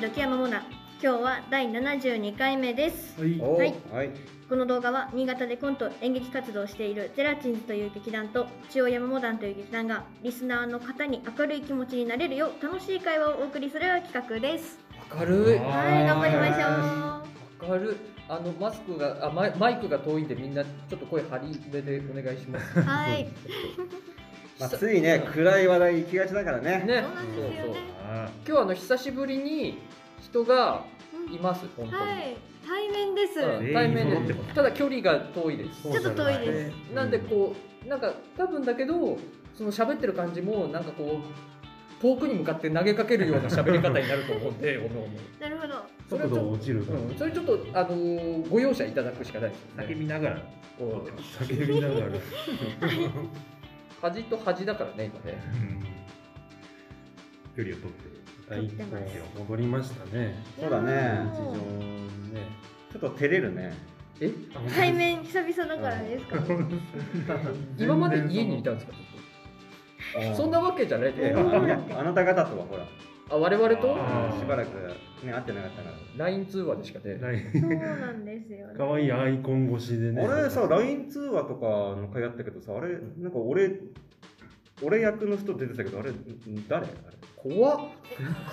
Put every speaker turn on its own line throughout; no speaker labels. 崎山もな今日は第72回目です
はい
おー
はい
はい。
この動画は新潟でコント演劇活動をしているゼラチンズという劇団と中央山モダンという劇団がリスナーの方に明るい気持ちになれるよう楽しい会話をお送りする企画です
明るい
あ
はい頑張りまし
明るいあのマスクがあマイマイクが遠いんでみんなちょっと声張り目でお願いします
ょうはい
まあ、ついね、暗い話題行きがちだからね。
ね
そうなんですよね
あ
今日あの久しぶりに人がいます本当に、
はい対面です、
うん対面でただ距離が遠いです
ちょっと遠いです
ね
なんでこうなんか多分だけどその喋ってる感じもなんかこう遠くに向かって投げかけるような喋り方になると思う んでおのおの
なるほど
それ
速
はちょっ
度落ちるか
と
ら、
うんそれちょっとあのーご容赦いただくしかないですね
叫びながら
こう
叫びながら、
端と端だからね今ね
距離を取ってはい
取ってます
一歩戻りましたね
そうだね
日常にね
ちょっと照れるね。
え
対面久々だからですか、
今まで家にいたんですかそんなわけじゃない
ええ
と
あ
思う
あなた方とはほら、
あ我々と
あー
しばらくね会ってなかったから。
LINE 通話でしかね
ライ
そうなんですよ、
ン可愛いアイコン越しでね
あれさ、LINE 通話とかの会やったけどさ、あれ、なんか俺、俺役の人出てたけど、あれ、ん誰あれ
怖っ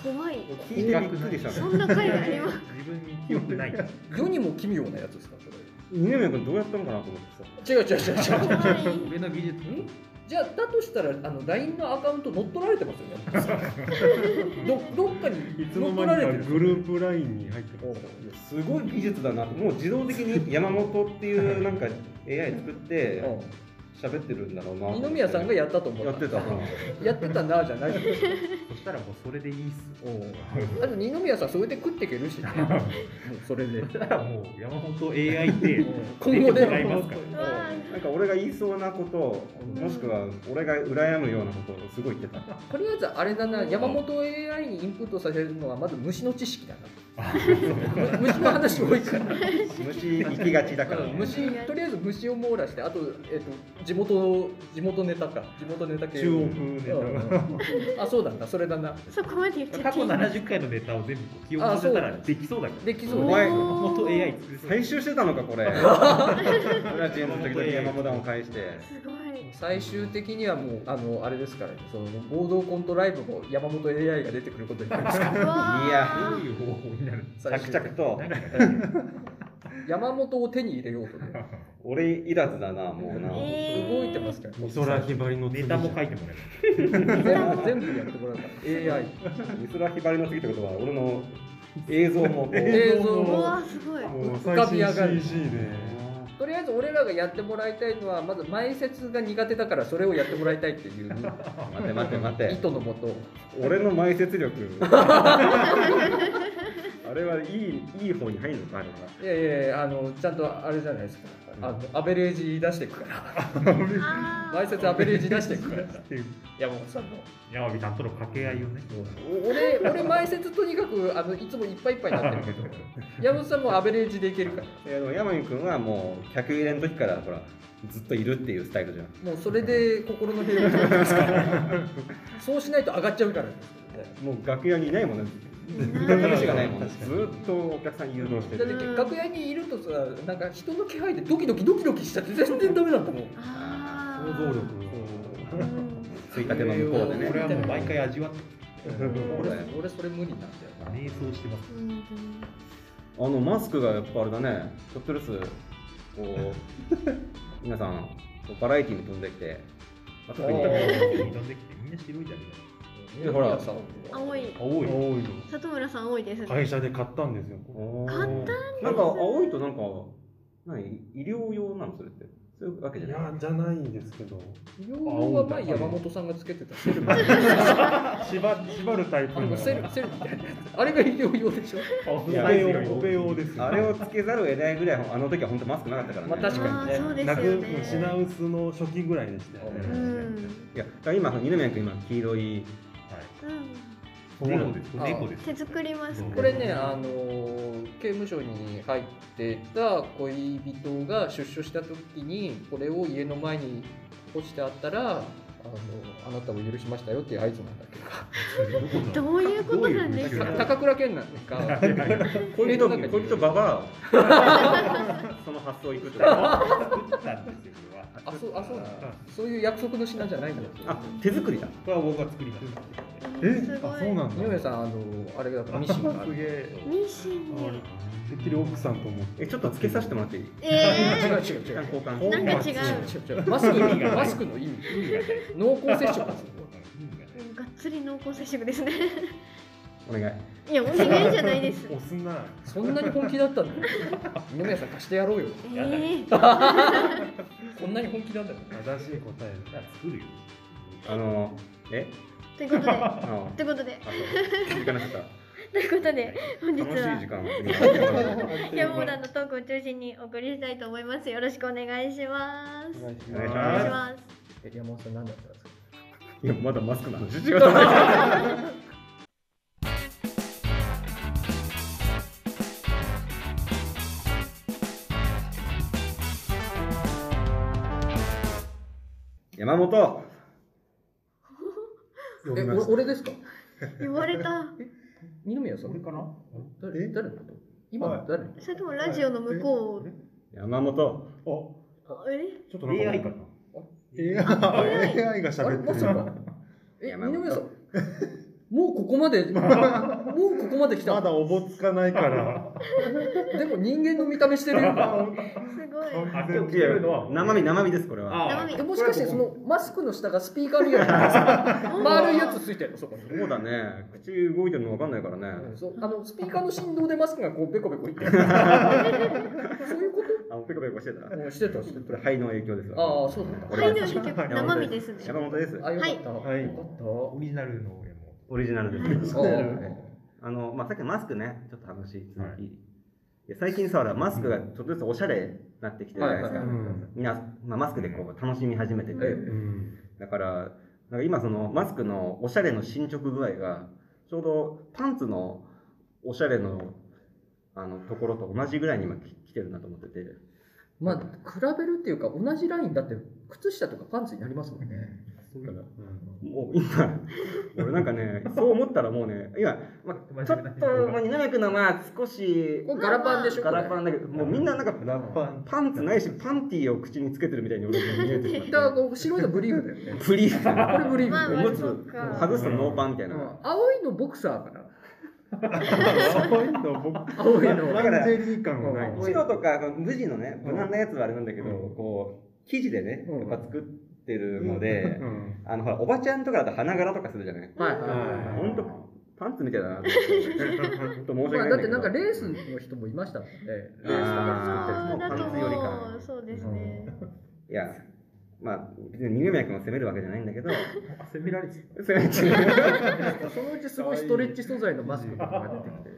怖い
聞いてびっくりした
そ
の。
んな回あります
自分に記憶ない
世にも奇妙なやつですか
二宮君どうやったのかなと思ってさ。
それ違う違う違う違う
怖い
俺の技術
ん じゃあだとしたらあの LINE のアカウント乗っ取られてますよ ねどどっかに
いつの
乗っ
間
取られて
に
る
かグループ LINE に入って
おう
ます
すごい技術だなともう自動的に山本っていうなんか AI 作って喋ってるんだろうなと思って
二宮さんがやったと思う
やってたな
やってたなじゃないです
そしたらもうそれでいいっす
おうあと二宮さんそれで食っていけるし ねもうそれで
だからもう山本 AI って
今
出
後
て
で
もらい
も
ますから
うわ
なんか俺が言いそうなことをもしくは俺が羨むようなことをすごい言ってた
とりあえずあれだな山本 AI にインプットさせるのはまず虫の知識だな虫の話多いから
虫行きがちだから、ね、
虫とりあえず虫を網羅してあと,、えっと地元地元ネタか地元ネタ系
中央風ネタ
うん
が
うんあそうだなそれだな
そこまで言っちゃ
過
って
去
いい
70回のネタを全部こう記憶してたらできそうだから
できそう
お
ね
前
山本 AI 作りそう
採集してたのかこれブラジルの時々山本を返して
すごい
最終的にはもうあのあれですからねその合同コントライブも山本 AI が出てくることになりますから
うわー
いや
どういう方法になる
最終
着
的
々と
に山本を手に入れようとね
俺いらずだなもうな、
えー
動いてますから
美空ひばりのネタも書いてもらえ
全部全部やってもらうから AI
美空ひばりの次ってことは俺の映像もこう
映像
う
も
わーすごい
る
う
もう
浮かび上がる
最新 CG で
とりあえず俺らがやってもらいたいのはまず前説が苦手だからそれをやってもらいたいっていう
待て待て待
意
て
図のもと
俺の埋設 力あれはいいいい方に入るのかあれはい
やいやいやあのちゃんとあれじゃないですかあのアベレージ出していくから
あー
前説アベレージ出していくから
っていう
山本さんの
山火さんとの掛け合いをね
お俺俺前説とにかくあのいつもいっぱいいっぱいになってる けど山本さんもアベレージでいけるから
いやでも山見君はもう客入れの時からほらずっといるっていうスタイルじゃん
もうそれで心の平和になりますから そうしないと上がっちゃうから
もう楽屋にいないもんね
い
楽
ない
屋しかないもんねずっとお客さん誘導して
だっ
る
て楽屋にいるとさなんか人の気配でドキドキドキドキしちゃって全然ダメなんだもん
あ
想
ー
像力を
うん
ついたての向こうで
え
ね
ー
これはもう毎回味わって
俺俺それ無理なんだよな
瞑想してます
本当に
あのマスクがやっぱあれだねちょっとずつ こう皆さんこうバラエティーに飛んできてまあ特に
おー
飛んできてみんな白いじゃね
でほら
青い
えか青い青い
里村さん多いですね
会社で買ったんですよ
おー
簡単
なんか青いとなんか何医療用なのそれってそういうわけじゃ
い
ない
やじゃないんですけど
要望は前山本さんがつけてたセルみたい
縛縛るタイプ
な
の
セルセルみたいなあれが医療用でしょ
オ
いや
ペ用オペ用ですよ
あれをつけざるを得ないぐらいあの時は本当マスクなかったからね、
まあ確かに
あーそうです
なく
よ
品
ね
薄の初期ぐらいでしたよね、
う
うん
いや、だから今、二宮君、今、黄色い、
うん
そうなんです
あ
猫です
手作りマスク
これねあの刑務所に入ってた恋人が出所した時にこれを家の前に干してあった
あ
ら
のあなたを許しましたよっていう合図なんだけど
どういうことなんです
どういう意味
か
だ
高倉健なんか
恋人
えっとなんか
恋人ババアその発想いくってこと
作ったんですよこれは
あそうあそうなんだ
あ
そういう約束の品じゃないんだ
あ手作りだ
これは僕が作りました
すごい
ん
二宮さんあのあれだからミシンがあ
すげ
る
え
ミシンで
てっきり奥さんと思って
えちょっとつけさせてもらっていい
違
え
う違う
一
違う
旦交換
ー、なんか
ほんま
違う
違う違うマスクの意味がマスクの意味
意味がない
濃厚接触なんですよ
うんがっつり濃厚接触ですね
お願い
いやお願いじゃないです
押すな
そんなに本気だったんだよ二宮さん貸してやろうよ
えー、
こんなに本気なんだよ
正しい答えだ 作るよ
あのえ
ということで
あの
ということで
あそう時間なかった
ということで本日
楽しい時
は
間を過
ヤモーダンのトークを中心にお送りしたいと思いますよろしくお願いします
お願いし
お願
ま
いし
す
お願いし
ま
ます
え山本さん何だったんですか
すいやまだマスクの話しようと思って山本
え
読みま
お
した
俺ですか
言われた
二宮さん
かな
誰
え
誰のこと今の誰のこと
それともラジオの向こう
山本
あちょ
え
っとなんか
AI かな
AI AI が
あれ
喋
ま
って
さ
る
かえ
山
二
本
宮さんもうここまでもうここまで来た
まだおぼつかないから
でも人間の見た目してるよ
すごい
あでも聞くのは
生身生身ですこれは
あ
生身
えもしかしてそのマスクの下がスピーカーみたいなの丸いやつついてるのそこに
そうだね口動いてるの分かんないからね
そうあのスピーカーの振動でマスクがこうベコベコいってるそういうこ
あペコペコしてた
と
こ
もうしてたしてた
れ肺の影響です
あ
わ
あそうなんだ
これ
はいでは結局生身ですね
山本です
あよかった、
はい
よかっ
オリジナルの俺も
オリジナルです
た、ああ
あの、まあ、さっきのマスクね、ちょっと話続き、
はい
いや最近さ、ほらマスクがちょっとずつおしゃれになってきてるじゃないですか。
はい
うん
みんな、まあ、マスクでこう楽しみ始めてて、
ええ
うん
だから、なんか今そのマスクのおしゃれの進捗具合が、ちょうどパンツのおしゃれのあのところと同じぐらいに今き来てるなと思ってて、
まあ、比べるっていうか、同じラインだって、靴下とかパンツになりますもんね。
だから
うん
もう今、俺なんかね、そう思ったらもうね、今、まあ、ちょっと、まあ、二宮君のまあ少し
これガラパンでしょ、
ガラパ
ン。
ンだけど、もうみんななんか
ラッパー
パンツないし、パンティーを口につけてるみたいに俺も見えてしまっ
だ
て
から、こう白いのブリーフだよね。
ブリーフだ
これブリーフ
まあ
だ
まあ
お
よね。
むつ
そうか
外したらノーパンみたいな。
うん青いのボクサーかな。
そういうの僕
青いの。
だから
ランジェリー感がない
うん
白とか、無地のね、無難なやつはあれなんだけど、
う
こう、生地でね、
うん
やっぱ作ってるので
う、ん
あの、ほら、おばちゃんとかだと花柄とかするじゃない
はいはい
うん
ほんと、パンツみたいだなと思って、ほんと申し訳
ま
な
あ、
いん
だ
だけ
って
ど。
なんかレースの人もいましたもんね。
レースとか
あ
で
ーだ
作っ
と
てるもうパンツよりか
思うそうですね
いや、まあ、別に二宮君を責めるわけじゃないんだけど、
責められて
責めてる
そのうちすごいストレッチ素材のマスクとかが出てきて。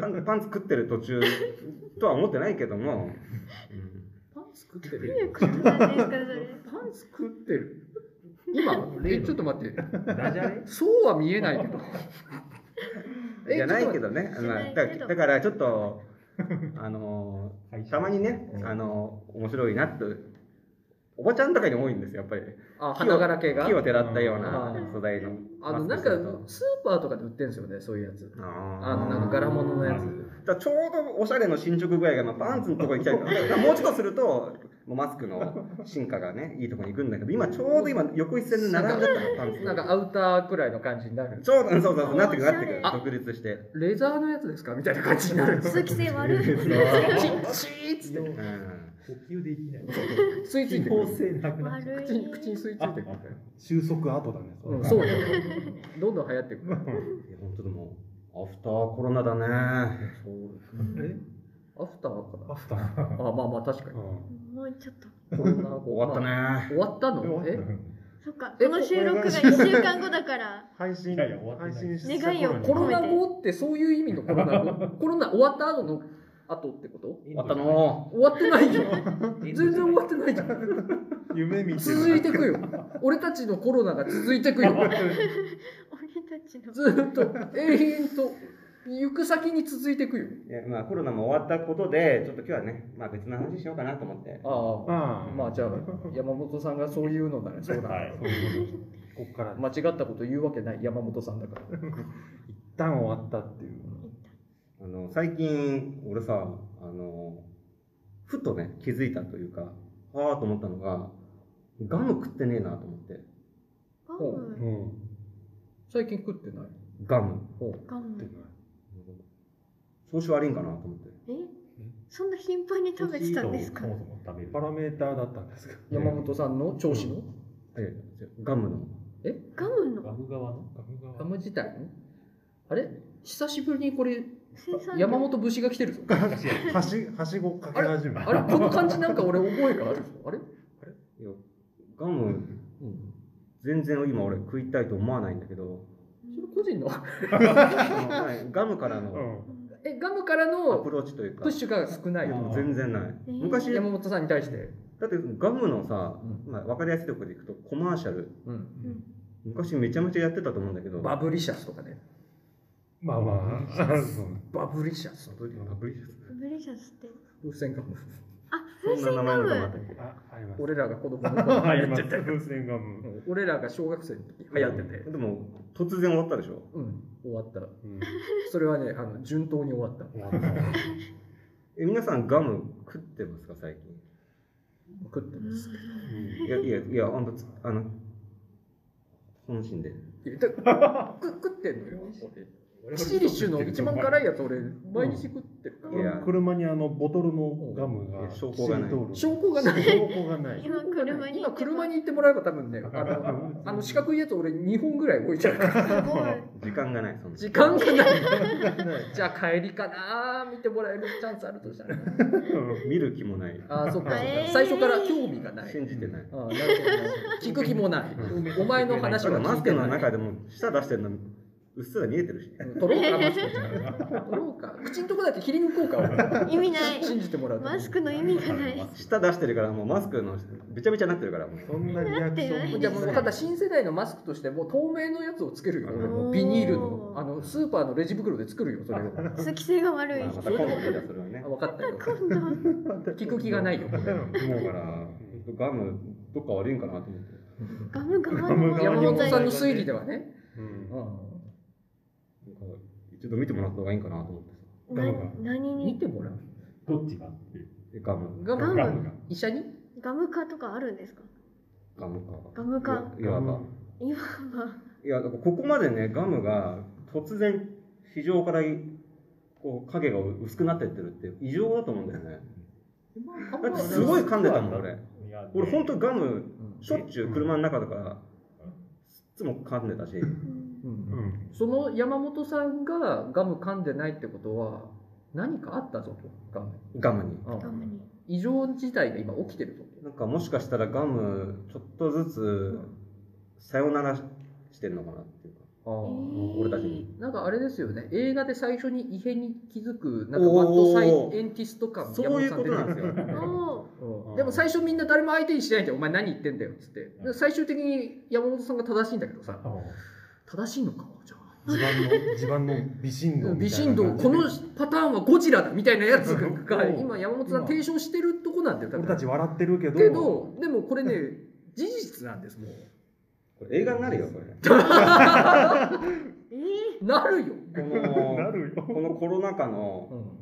パンパンツ食ってる途中とは思ってないけども、うん
パンツ食って
どういう
る
ことなんですかそれ
パンツ食ってる今、え、ちょっと待って。
ダジャレ
そうは見えないけど。
じゃ ないけどね、まあ
しない
だ
けど
だからちょっ と、あのーたまにね、あのー面白いなって、おばちゃんとかに多いんですよ、やっぱり。
あ、花柄系が
木。をてらったよう
あ
な
ー
素材の。
あの、なんか、スーパーとかで売ってんですよね、そういうやつ。あの、なんか柄物のやつ。
だからちょうどおしゃれの進捗具合が、まあ、パンツのところに来たりとか、だ からもうちょっとすると、もうマスクの進化がね、い いところに行くんだけど、今ちょうど今、横一線で並んでたの、パンツ
なんか
が。
アウターくらいの感じになる。
ちょうど、うんそうそうそう、なってくる、なってくる、
あ
独立して。
レザーのやつですかみたいな感じにな る。
通気性悪い
チッチーっつって。
うん
呼吸できない
吸い付いて
機
く
能
る。
性なくなっちゃう
悪い
口に口に吸い付いてくる。
収束後だね
うん、そうね。どんどん流行ってくる。
いや本当でもアフターコロナだね
アフターか
アフター
な。あ、まあまあ確かに。
うん
もうちょっと
コロナ後
終わった。ね、
まあ終わったのえ
そっか
え
この収録が1週間後だから
配信
いやいや終わってない
配信した
願いを
頃に
コロナ後ってそういう意味のコロナ後コロナ終わった後の後ってこと
終わったの
終わってない じゃん。全然終わってないじゃん。
夢見て
続いてくよ。俺たちのコロナが続いてくよ。
俺たちの
ずーっと永遠と行く先に続いていくよ。
でまあ、コロナも終わったことで、ちょっと今日はね、まあ、別の話しようかなと思って。
あ
あ
あ、まあじゃあ、山本さんがそういうのならそうだ。
はい
そういうことこっから
間違ったこと言うわけない、山本さんだから。
一旦終わったっていう
あの最近俺さあのふとね気づいたというかああと思ったのがガム食ってねえなと思って
ガ
ほ
ム
うん
最近食ってない。
ガム
ほう
ガ
って
ム
な
調子悪いんかなと思って
えそんな頻繁に食べてたんですか
そもそも食べる
パラメーターだったんですか
山本さんの調子の、
えガムの
ガムの
ガム側のガム側
ガム自体のあれ久しぶりにこれ、
生産量
山本節が来 てるぞ。
はしはしごかけ始め
あれこの感じなんか俺覚えがあるぞ。あれ
いやガム、うん全然今俺食いたいと思わないんだけど
それ個人の。
あのはいガムから
う
の
ん
え、ガムから
ア
の
プローチというか
プッシュが少ない。
いやもう全然ない
えー
昔だ
山本さんに対して。
ってガムのさ、
う
まあ、分かりやすいところでいくとコマーシャル
うん。
昔めちゃめちゃやってたと思うんだけど
バブリシャスとかね。
まあまあそう
バブリシャス。
ブリバブリシャス
ブレシャスって
風船ガム。
あ
そ
風
ん
船ガ
な名前のガムあっ
ム
たっけ
ああります
俺らが子供の頃
あ
流
り
行っ
ます
て て。
風船ガム
うん俺らが小学生の時流行ってて。
でも突然終わったでしょ
うん。終わった。
うん
それはね、あの順当に終わった。
終わった
え皆さんガム食ってますか最近
食ってます。
いやいやいやほんとつあの本心で
いやだ食食ってんのよ。 俺キシリッシュの一番辛いやつ俺、毎日食ってるか
い
ら。
や
車にあのボトルのガム
い
が
や証拠がない
きっちり通
証拠がな
る
い。
証拠がない
今車に
今車に行ってもらえば多分ね、あの、あの四角いやつ俺2本ぐらい置いてあるから。
すごい
時間がないそんな
時間がない。
ない
じゃあ帰りかな見てもらえるチャンスあるとしたら。
見る気もない
ああ、そっかそっか
えー。
最初から興味がない。
信じてない、
ああ、なるほどなるほど。聞く気もない。お前の話
だから
は
マ
聞い
ス
て
ク
な
の
い。
中でも舌出してるのうっすら見えてるし
うん取ろうか、マスク。 取ろうか。口のとこだけ切り抜こうか。
意味ない
信じてもらうため
マ
に。
スクの意味がない
舌出してるからもうマスクのべちゃべちゃになってるからもう
そんなリアクション
じゃあもうただ新世代のマスクとしてもう透明のやつをつけるよ。俺もビニールのあのスーパーのレジ袋で作るよ。それを。
通気性が悪い
まあまた今度出たらそれはね
あ分かったよ。
今度
聞く気がないよ。
もうからほんとガムどっか悪いんかなと思って
ガムガ
ガム
ム
ガム
山
の問
本
題
さんの推理ではね。
うん
う
なんか一度見てもらった方がいいんかなと思ってさ
な何
ん。見
に
てもらう。
どっちが
えガム
ガ
ガ
ム
ム
ガムが
医者に
ガム化とかあるんですか
ガムか
ガム化
いやいわば
今はい
や、だからここまでね、ガムが突然、市場からいこう影が薄くなってってるって異常だと思うんだよね。だってすごい噛んでたもん、俺。
いやね
俺、ほんとガム、
うん
しょっちゅう車の中とか、いつも噛んでたし、
うん
うん
うん
その山本さんがガム噛んでないってことは何かあったぞとガム
ガムに。
ガムに
異常事態が今起きてるぞ
なんかもしかしたらガム、ちょっとずつ、さよならしてんのかなっていうか、俺たちに。
なんかあれですよね映画で最初に異変に気づくなんかマッドサイエンティスト感
そういうことなん
山
で
本
すよ。
おお
さん出てくるうんでも最初みんな誰も相手にしないで「お前何言ってんだよ」っつってで最終的に山本さんが正しいんだけどさ正しいのかじゃあ
地盤の地盤の微振動
微
みたい
振
な
動
感じ
こ
で
のパターンはゴジラだみたいなやつが
うん
今山本さん提唱してるとこなんだよ多分
俺たち笑ってるけど
けど、でもこれね、事実なんです、もう。
これ映画になるよ、これ。
え
なるよ。
この、
なるよ
このコロナ禍の、
うん、
こ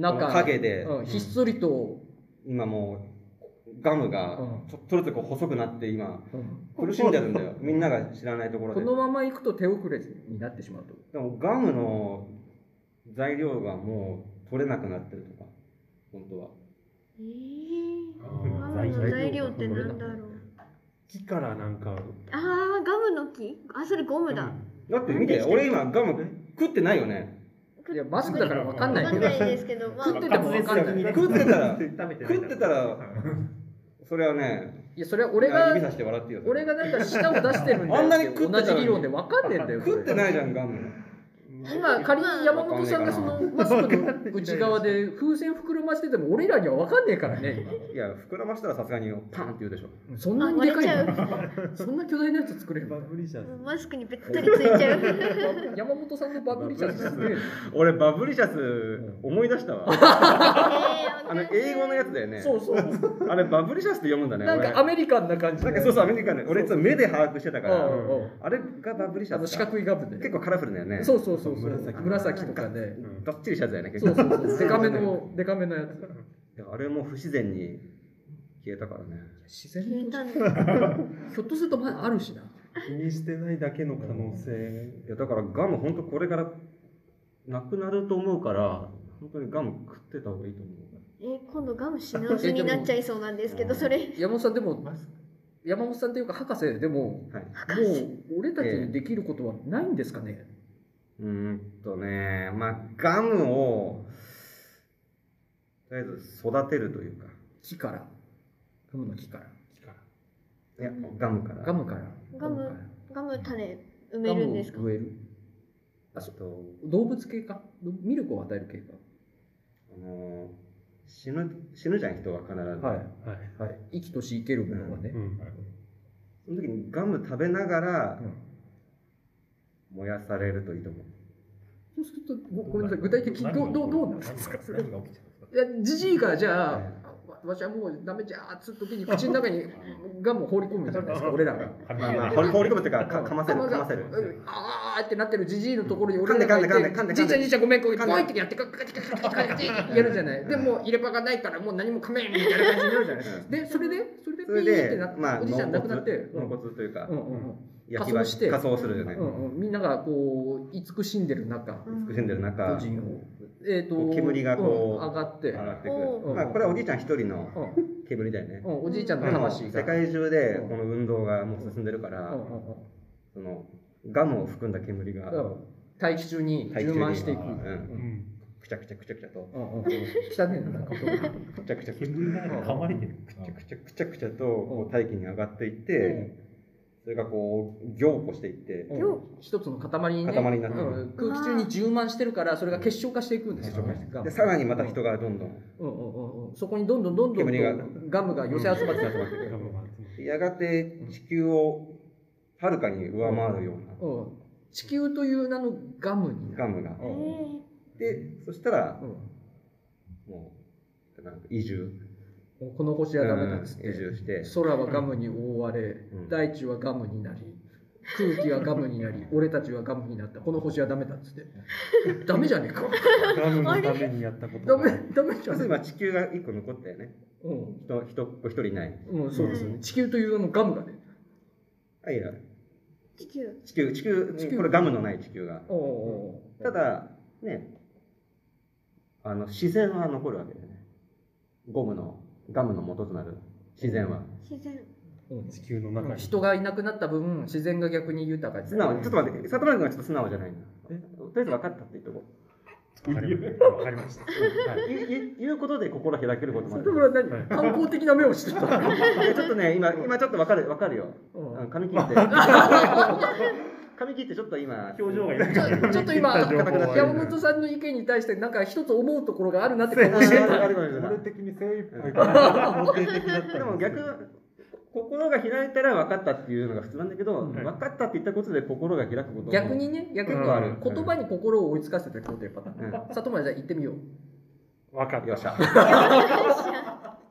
の
中、
影で、
うん、ひっそりと、
今もうガムが
うん
ちょっとずつこう細くなって今
うん
苦しんでるんだよみんなが知らないところ
こ
で
のまま行くと手遅れになってしまうと。
でもガムの材料がもう取れなくなってるとか本当は
えーガム
材
の材料
料
ってなんだろう
木からなんか
あーガムの木あそれゴムだ
だって見て俺今ガム食ってないよね
いや、マスクだから分か
わ
んない
か
け
ん
ど
な、いですけどまあ
食ってても分かんない。い
食ってたら
食べて
食ってたらそれはね
や、それは俺
指さ
が、
して笑ってよそれ
俺がなんか舌を出してるんだよ。
あんなに食ってたの
同
に
じ理論で分かんねえんだよ。
食って
い。
ないじゃんガム
今仮に山本さんがそのマスクの内側で風船膨らましてても俺らには分かんねえからね
いや膨らましたらさすがにパンって言うでしょ
今そん
あ
なに
割れ
でか
ちゃ
いうのそんな巨大なやつ作れる
バブリシャス
マスクにべったりついちゃう
山本さんのバブリちゃんですね
俺バブリシャス思い出したわあの英語のやつだよね
そうそう
あれバブリシャスって読むんだね
なんかア
俺
メリカンな感じ
なん
で
かそうそうアメリカンで俺いつも目で把握してたか
う
ら
んうんうん
あれがバブリシ
あ
ャ
の
ス
四
か
角いガブで
結構カラフルだよね
そうそうそうそう
紫
紫とかね
うんどっちりしたやつだよね結
そう
構
そうそうデカめ のデカめのやつ
いやあれも不自然に消えたからね
自
消え
然
たんだ
とひょっとすると前あるしな
気にしてないだけの可能性
いやだからガム本当これからなくなると思うから本当にガム食ってた方がいいと思う
えー今度ガムし直しになっちゃいそうなんですけどそれ
山本さんでも山本さんというか博士でも
はい
博士
もう俺たちにできることはないんですかね、
うーんとねまあガムをとりあえず育てるというか
木からガムの木から
いやガムから
ガムから
ガム
から
ガム種埋めるんですか
ガムを植える
あと
動物系かミルクを与える系
あの死ぬ死ぬじゃん人は必ず、
かはい、
はい、
はい、生きとし生けるものはね、
うん、
その時にガム食べながら
うん
燃やされるといいと思う
そうするとごごめんなさい具体的にどうどうどうなんですかそれい
何が起きてるんですか
やじじいがじゃあ、
はい
わわしはもうダメじゃあっつう時に口の中にガムを放り込むじゃないですか俺らが。
まあまあ
髪の
放り
毛
放り込むっていうかかかませる
ガム
か
が
ませる
うんあーってなってるじじいのところに俺らがいて
噛んで噛んで噛んで噛んで
じいちゃんじいちゃんごめんこう
噛んで
こういってやってカチカチカチカチカチカチやるじゃないでもう入れ歯がないからもう何も噛めんみたいな感じになるじゃない
うん
でそれでそれで
そ
ピ
れ
ーってな
で
っ、
まあ、
おじいちゃん亡くなって
納骨納骨というか、
うんうんうん
焼き
仮装
場
して
仮装するじゃない、
うんうんみんながこう慈しんでる中
う
苦しんでる中
個人をえっと
煙がこう
うん上がっ
上
て
がってく
お
ー
まあ、これはおじいちゃん一人の
うん
煙だよね、
うんおじいちゃんの
でも
魂が
世界中でこの運動がもう進んでるから、
うんうんうん
そのガムを含んだ煙が
うん大気中に
大気中
充
に
満していく
う
うんん
うん、
くちゃくちゃくちゃくちゃと
うんうんうん汚ねえななんかこう
くちゃくちゃくち
煙が噛まれてる
ゃくちゃくちゃくちゃとこう大気に上がっていって、それがこう凝固していって、
うん
よ
一つの塊に,、ね
塊になってる
うん空気中に充満してるからそれが結晶化していくんですよ、ガム
でさらにまた人がどんどん
うんうんうんうん、そこにどんどんどんどん
煙が
ガムが寄せ集まって
うん寄せ集まって
く
く
る
ガムが集まる
やがて地球をはるかに上回るよう
うん地球という名のガムに
な
な
ガム
る、
が
えー
でそしたら
うん
もうなんか移住
もうこの星はダメだっつって、
うん移住して
空はガムに覆われ、
ん
大地はガムになり空気はガムになり 俺たちはガムになったこの星はダメだっつって ダメじゃねえか
ガムのためにやったこと
ダ
が
メダメじゃ
まず
ねえ
今地球が一個残ったよね
うん
人人っ子一人いない
うん、そうですよね地球という名のガムがね
あいや
地球
地球地球
地球
これガムのない地球が
おうおうおう
ただねあの自然は残るわけだよねゴムのガムの元となる自然は
自然
うん
地球の中に
人がいなくなった分自然が逆に豊かに
素直にちょっと待って里村君はちょっと素直じゃないな
え
とりあえず分かったって言ってこう
わかりましたわかりましたはい
言う言う言うことで心開けることもあ
里
る
村何反抗的な目をしてた
いやちょっとね今今ちょっと分かる分かるようん髪切って 髪切ってちょっと今
表情がいい
ちょちょっと今
情報は
山本さんの意見に対してなんか一つ思うところがあるなって
あ
感じ
あ
て
るあ
た
るあるあ
俺
る
的に精一杯肯定的だったんす
でも逆心が開いたら分かったっていうのが普通なんだけど、分かったって言ったことで心が開くこと
逆にね逆
う
に
ん
ある
言葉に心を追いつかせて肯定パターン
うん
里村じゃあ行ってみよう
分かった
よっ しゃ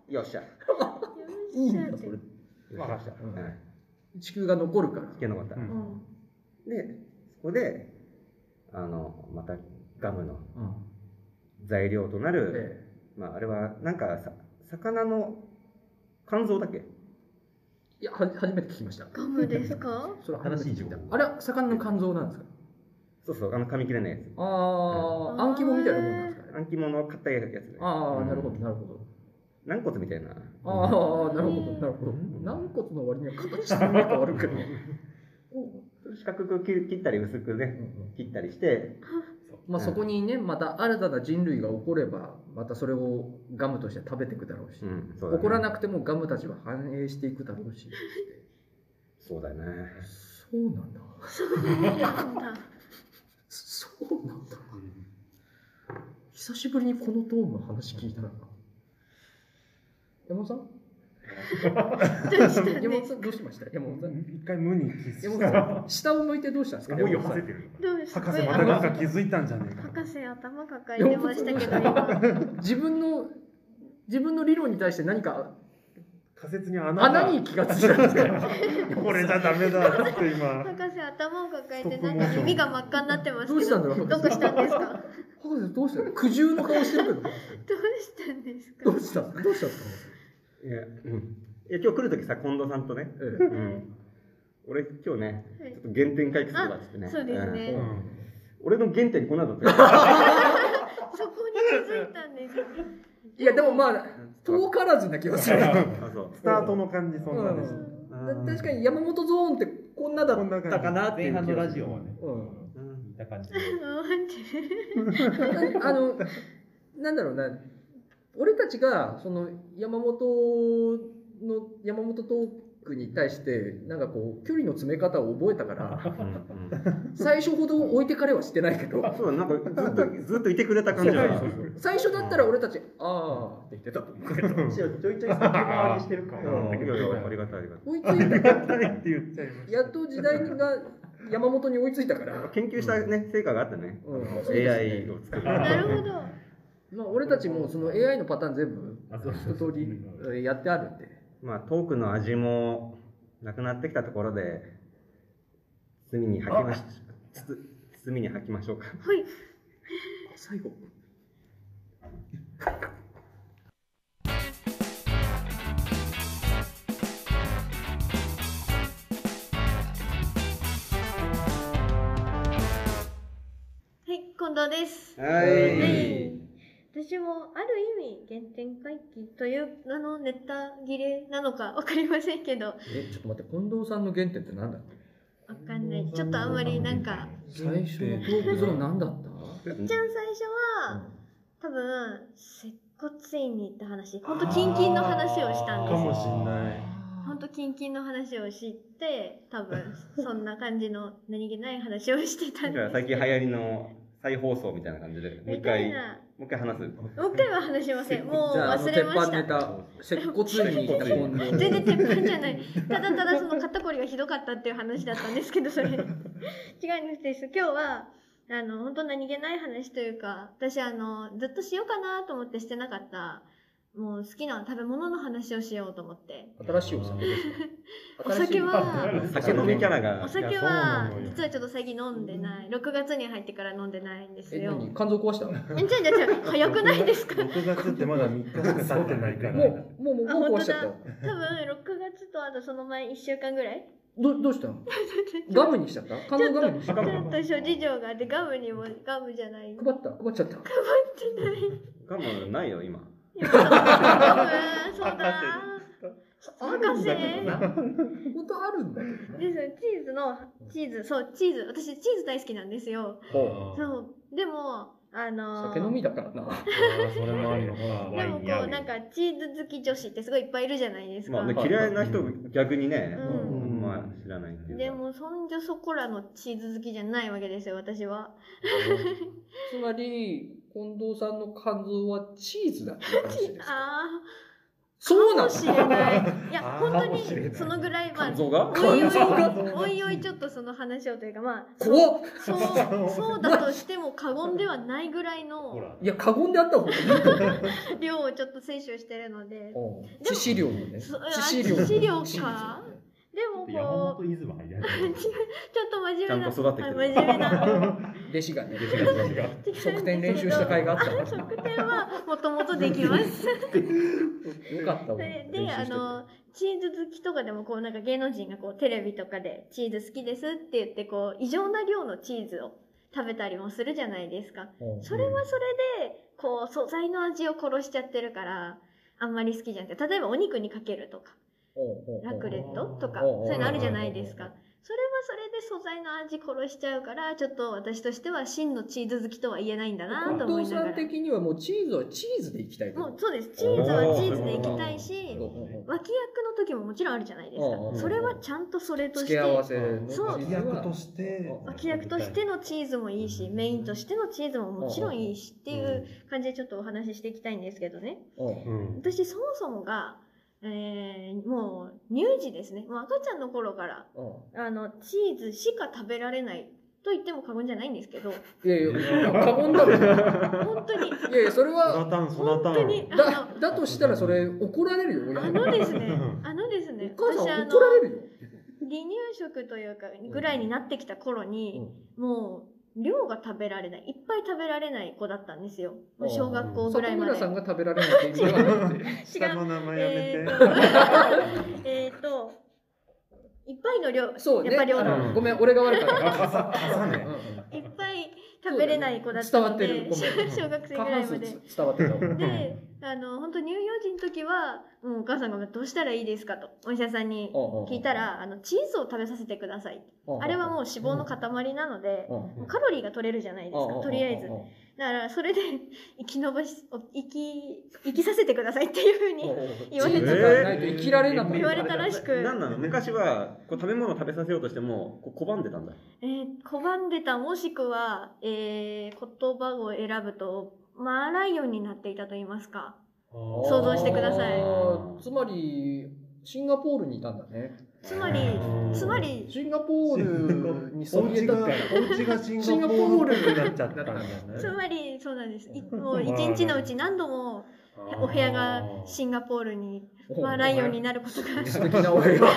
よっしゃ
いいんだそれ
わかった
うん
地球が残るから
聞けなかった、
うん
うん
でそこであのまたガムの
うん
材料となる、
ええ
まあ、あれはなんかさ魚の肝臓だっけ
いやは初めて聞きました
ガムですか
それ初めて聞
新しい
いた
情報
あれは魚の肝臓なんですか
そうそうあの噛み切れないやつ
ああアンキモみたいなもんなんですかね
あん肝の硬いやつね
ああなるほどなるほど
軟骨みたいな
ああ、なるほど、なるほど。軟骨の割には形がなんか悪くない。
四角く切切ったり薄くね切ったりして
まあ、そこにね、また新たな人類が起これば、またそれをガムとして食べていくだろうし、
んそうだね
起こらなくてもガムたちは繁栄していくだろうし。
そうだね
そうなんだ。
そうなんだ
そ
そうなんだ久しぶりにこのトーンの話聞いたな山本さん
どうしたんで
山本さんどうしました山本さん
一回無にキス
山本さん下を向いてどうしたんですか
思いを
山
馳せ
本さん
てる
どうです
博士またなんか気づいたんじゃねえか
博士頭抱えてましたけど今
自分の自分の理論に対して何か
仮説に穴が
穴に気がついたんです か
これじゃダメだって今
博士頭を抱えて何か耳が真っ赤になってます
どう
け
した
ど
んだろう
どうしたんですかど
博士どうしたの苦渋の顔してるけ
う
ど
したんですか
どうしたどうしたんですか
いや、うん。いや、今日来るときさ、近藤さんとね、
え
う
え
ん。俺、今日ね、
はい
ちょっと原点回帰するわっつってね。
そうですね
ん
うん
俺の原点こんなだったよ。
そこに気づいたんです
いやでもまあ遠からずな気がする
あそう
スタートの感じそんなでし
う
た
ん
あ
だ
ー
確かに山本ゾーンってこんなだ
こんな
だか
感
な前半のラジオはね、
うん
うん
似た感じで。
待って
あのなんだろうな俺たちがその山本の山本トークに対してなんかこう距離の詰め方を覚えたから
うん
最初ほど置いてかれはしてないけど
うんそうだなんかずっとずっといてくれた感じが
そう
最初だったら俺たち「ああ」って言ってたと思うけど
むしろちょいちょい先回りしてるか
う
ら
ん
だけ
い
ど
やいやありがたいありがたい
追いついた
じないって言っちゃいました
やっと時代が山本に追いついたから、
研究したね成果があったね
うん
AI を作る
なるほど
まあ、俺たちもその AI のパターン全部
あそう
一通りえーやってあるんで
まあトークの味もなくなってきたところで罪に吐きましつつ罪に吐きましょうか
はい
最後
はい近藤です
は
は
い
い私もある意味原点回帰という名のネタ切れなのか分かりませんけどわ
えちょっと待って近藤さんの原点って何だっけ
かんないちょっとあんまりなんか
最初のトークゾーン何だった
一番最初は多分接骨院に行った話ほんとキンキンの話をしたん
か
です
もしんない
ほんとキンキンの話を知って多分そんな感じの何気ない話をしてたん
じ
で
ゃあ
す
最
け
近
ど
流行りの再放送みたいな感じでもう一
みたい
回も
な
う一回話す
もう一回は話しませんもう
じゃああの
忘
鉄
れま
板
し
ネ
た
タ接骨院に行った近藤
全然鉄板じゃ ないただただその肩こりがひどかったっていう話だったんですけどそ れ違うんです今日はあの本当何気ない話というか私あのずっとしようかなと思ってしてなかったもう好きな食べ物の話をしようと思って
新しいお酒です
お酒は
酒飲みキャラ
お
が
酒
いや
は
そうなのよ
実はちょっと最近飲んでない6月に入ってから飲んでないんです
え
よ
何肝臓壊した
えじゃあじゃあじゃあ早くないです か
6月ってまだ3日しか経ってないから
もうもうもうもう壊しちゃっ
あ
たよ
多分6月とあとその前1週間ぐらい
どどうしたのガムにしちゃった肝臓ガムにしちゃった
ち
配
ょっと諸事情があってガムにもガムじゃない
った配っちゃった
ガムないよ今
ガムそうだ博士
あ
で
るんだけどな本当あるんだけどな
すチーズのチーズそうチーズ私チーズ大好きなんですよそうでもあの
酒飲みだからな
あーそれもあるのか
で
ワイ
も
ン
こ
に合
う
う
なんかチーズ好き女子ってすごいいっぱいいるじゃないですか、
まあね嫌いな人逆にね
うん
まあ知らないっていうか
でもそんじょそこらのチーズ好きじゃないわけですよ私は
つまり近藤さんの肝臓はチーズだっていう話ですか
あ
そう
あかも
なの
しれないいや
あー
本当
かもしれな
に
い
そのぐらいまあ
肝臓が
おいおい
肝臓が
おいおいちょっとその話をというかまあ
怖っ
そうそうだとしても過言ではないぐらいの
ほら
いや過言であった方がいいと思
量をちょっと摂取してるので
う致死量のね
そう
致死量
あ致死量か
致死だね
でも
山
こう
本イズム入らな
違うちょっと真面目な
ちゃんと育ってきてる
あ真面目な
弟子が
い。
ね
違う。
違うんですけど
側転練習した甲斐があっ たよ
側転はもともとできます
かったわ
それ
練
で
習
あ
してて
のチーズ好きとかでもこうなんか芸能人がこうテレビとかでチーズ好きですって言ってこう異常な量のチーズを食べたりもするじゃないですか
うん
それはそれでこう素材の味を殺しちゃってるからあんまり好きじゃなくて例えばお肉にかけるとかラクレットとか
うん
そういうのあるじゃないですかそれはそ素材の味殺しちゃうから、ちょっと私としては真のチーズ好きとは言えないんだなと思いなが
さん
ら。
的にはもうチーズはチーズでいきたいと
もうそうです。チーズはチーズでいきたいし、
うんうんうん
脇役の時ももちろんあるじゃないです
うんうんうん
か。それはちゃんとそれとし
付
て
け、合わせの
そう
チー
脇
ズは
役として
脇役としてのチーズもいいし、メインとしてのチーズももちろんいいしっていう感じでちょっとお話ししていきたいんですけどね。
うん
うん
私そもそもが、えー、もう乳児ですね。もう赤ちゃんの頃から、
う
あの、チーズしか食べられないと言っても過言じゃないんですけど、
んいやいや過言だろ
本当に、
いやいやそれは
育たん
本
育た
当
ん
に、あ
だだとしたらそれ怒られるよ
の、あ
親に
のですね、あのですね、
お母さ
私あの
ん怒られるよ
離乳食というかぐらいになってきた頃に、もう量が食べられないいっぱい食べられない子だったんですよ
あー
小学校ぐら
里
いま
村
で
さんが食べられない原因があるって
下の名前や
え
め
ー
て
とえーと いっぱいの量
そうね
やっぱり量だ
あのごめん俺が悪かった
かさかさね
いっぱい食べれない子だったの
伝わ
で
ってるごめん
小学生ぐ
過
ら
半
いま
数
で
つ伝わってたわ
であの本当乳幼児の時はもうお母さんがどうしたらいいですかとお医者さんに 聞いたらあのチーズを食べさせてくださいあれはもう脂肪の塊なので
う
カロリーが取れるじゃないですかとりあえずだからそれで生き延ばしお生き生きさせてくださいっていうふうに言われ
チ
た
ーズがないと生きられなくなる
言われたらしく、
なんなの昔はこう食べ物を食べさせようとしてもこう拒んでたんだ。
えー拒んでたもしくは、えー言葉を選ぶとマーライオンになっていたと言いますか想像してください
あーつまりシンガポールにいたんだね
つまりつまり
シンガポールに
お
そびえ
家
た
が
っ
お
て
家がシンガポールになっちゃったんだね
つまりそうなんですいもう一日のうち何度もお部屋がシンガポールにマーライオンになることが
素敵な俺が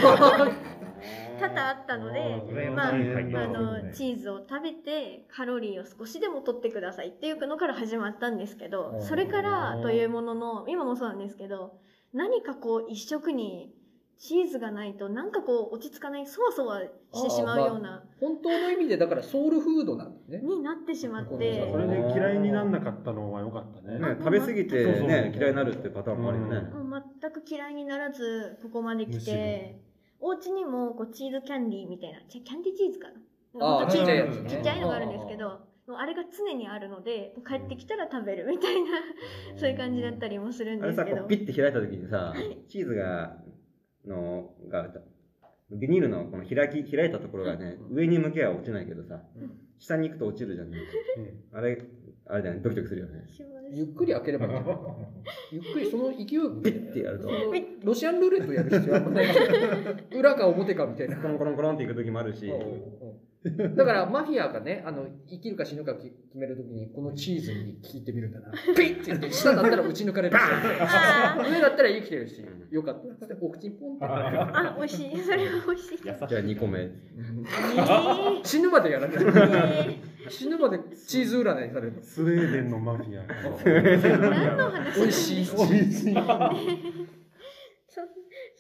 多々あったのでまああのチーズを食べてカロリーを少しでも取ってくださいっていうのから始まったんですけどそれからというものの今もそうなんですけど何かこう一食にチーズがないとなんかこう落ち着かないそわそわしてしまうような
本当の意味でだからソウルフードなんだね
になってしまっ
それ
て
で嫌いにならなかったのは良かった
ね
ね。
食べ過ぎて
そうそう
ね嫌いになるってパターンもあるよね。
もう全く嫌いにならずここまで来
むしろ
てお家にもこうチーズキャンディーみたいなちキャンディーチーズかな
あ
なん
ー
かチ
ち
ー
っ
ズ
ちゃいやつね
ちっちゃいのがあるんですけど、もうあれが常にあるので、帰ってきたら食べるみたいな、そういう感じだったりもするん
あ
で
れ
す
さ
け
こ
ど
う。ピッて開いた時にさチーズがのがビニールのこの開き開いたところがね上に向けば落ちないけどさ
うん
下に行くと落ちるじゃん。 あれあれだよねドキドキするよね。
ゆっくり開ければいいんじゃないゆっくりその勢い
ピッてやると
そのロシアンルーレットやる必要あんまないじゃん裏か表かみたいな
コロンコロンコロンっていく時もあるし。
うんうんだからマフィアがねあの生きるか死ぬか決めるときにこのチーズに聞いてみるんだなピッて言って下だったら打ち抜かれるし
あ
上だったら生きてるし
うん
よかったっつってお口にポンって
ーあ、美味しい。それは美味しい。え
じゃあ2個目。
ー
死ぬまでやらない
え
死ぬまでチーズ占いされる
スウェーデンのマフィア。
ー何の話
美味しい
美味しい。
そ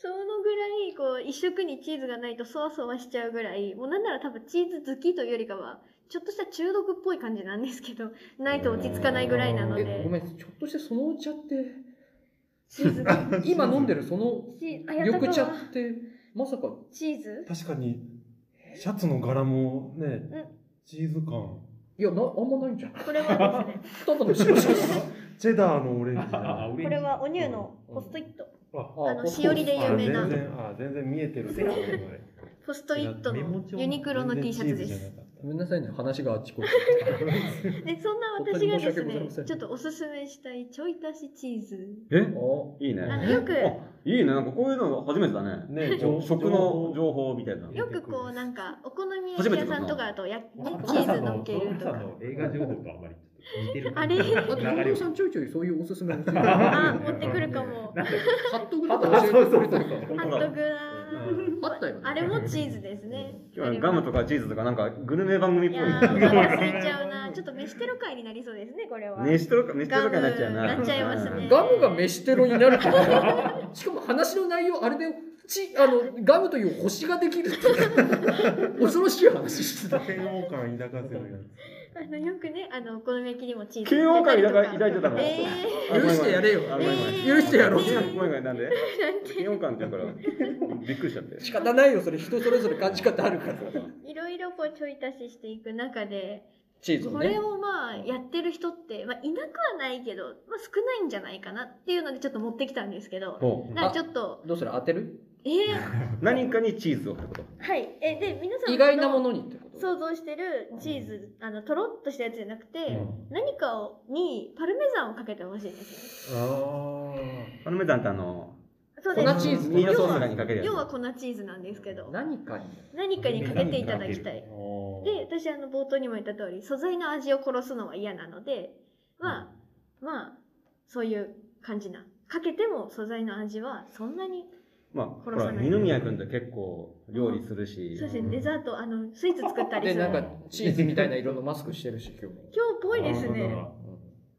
そのぐらいこう一食にチーズがないとそわそわしちゃうぐらいもうなんなら多分チーズ好きというよりかはちょっとした中毒っぽい感じなんですけどないと落ち着かないぐらいなの
えご
で
めんちょっとしてそのお茶って
チーズが
今飲んでるその
チーあやった
緑
と
茶
は
ってまさか
チーズ
確かにシャツの柄もね
ん、
チーズ感。
いやなあんまないんじ ゃん
これはですね
ただの白々
チェダーのオレンジだ。
これはお乳のポストイット
あ
あのしおりで有名な
あ全然あ全然見えてるけど。
ポストイットのユニクロの T シャツです。
ごめんなさいね話があっちこっち
でそんな私がです
本当に申し訳ござい
ね
ません
ちょっとおすすめしたいちょい足しチーズ
え
あ
いいね。
あのよく
あいいね。なんかこういうの初めてだね。
ね
こう食の情報みたいな。
よくこうなんかお好み焼き屋さんとかだとやチーズのっけるとか
映画情報とあまり似てる
あれ
あと、近藤さんちょいちょいそういうおすすめをする。
あ
ハ
持ってくるかも
ットグとか教えてくれたり
ハットグラ
あったよね。
あれもチーズですね。
今日はガムとかチーズとかなんかグルメ番組っ
い
ぽ
や
い
ー、
ね。
お腹空いちゃうな。ちょっと飯テロ会になりそうですね、これは。
飯とか飯とかになっちゃうな。
ガムなっちゃいますね
ガムが飯テロになるけど、しかも話の内容、あれで、ち、あの、ガムという星ができるっていう、恐ろしい話してた。
嫌悪感抱かせるや
あの、よくね、あの、お好み焼きにもチーズ。
慶応会抱か抱いてたの。
え
許してやれよ。
あごめんごめん
えー
許してやろう。
え
ごめんごめんなんで慶応感って言うからびっくりしちゃって。
仕方ないよ、それ人それぞれ感じ方あるから。
ー、いろろいろこうちょい足ししていく中で、
チーズを
こ
ね
れをまあやってる人って、まあ、いなくはないけど、まあ、少ないんじゃないかなっていうのでちょっと持ってきたんですけど、
ほう
なんかちょっと、
どうする当てる
えー、
何かにチーズをってこと
はい。え、で、皆さん
意外なものにってこと
想像してるチーズ、あの、とろっとしたやつじゃなくて、
うん
何かをにパルメザンをかけてほしいんです
あ
パルメザンってあの
よ。そう
粉
です。
チーズ
ミートソースなんかにかけるやつ
要は粉チーズなんですけど、
何かに
何かにかけていただきたい。
お
で、私あの冒頭にも言った通り、素材の味を殺すのは嫌なので、まあ、まあ、そういう感じな。かけても素材の味はそんなに。
まあほ
殺さ
ら
ない
二宮君って結構料理するし
そうですね、デザート、あの、スイーツ作ったり
です
る。
なん
今
かチーズみたいな色のマスクしてるし今日も
日っぽいです
なる
ね
ほ。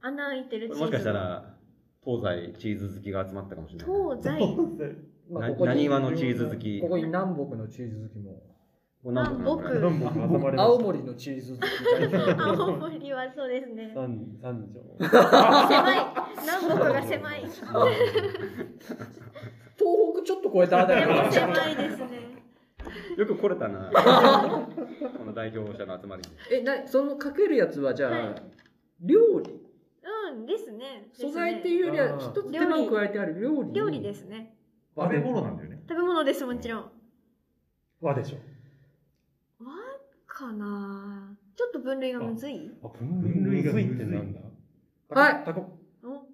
穴開いてるチー
これ
ズ。
もしかしたら東西チーズ好きが集まったかもしれない
東西、
な何話のチーズ好き
ここに南北のチーズ好きも
これ何個かなこれ
南
南北挟まれま
青
した
森のチーズ好きみた いな
青森はそうですね。
三三条。
狭い。南北が狭い。
東北ちょっと超えたあたり
でも
だな
狭いですね。
よく来れた なこの代表者の集まりに
えなそのかけるやつはじゃあ、
はい
料理
うん、ですね。
素材っていうより
あ
は
ー
一つ手間を加えてある料理に
料理ですね。
食べ物なんだよね。
食べ物です、もちろん。
和でしょ。
わかなちょっと分類がむずい
あ分類がむずいってなんだ。
はい
タコ。
お
ホ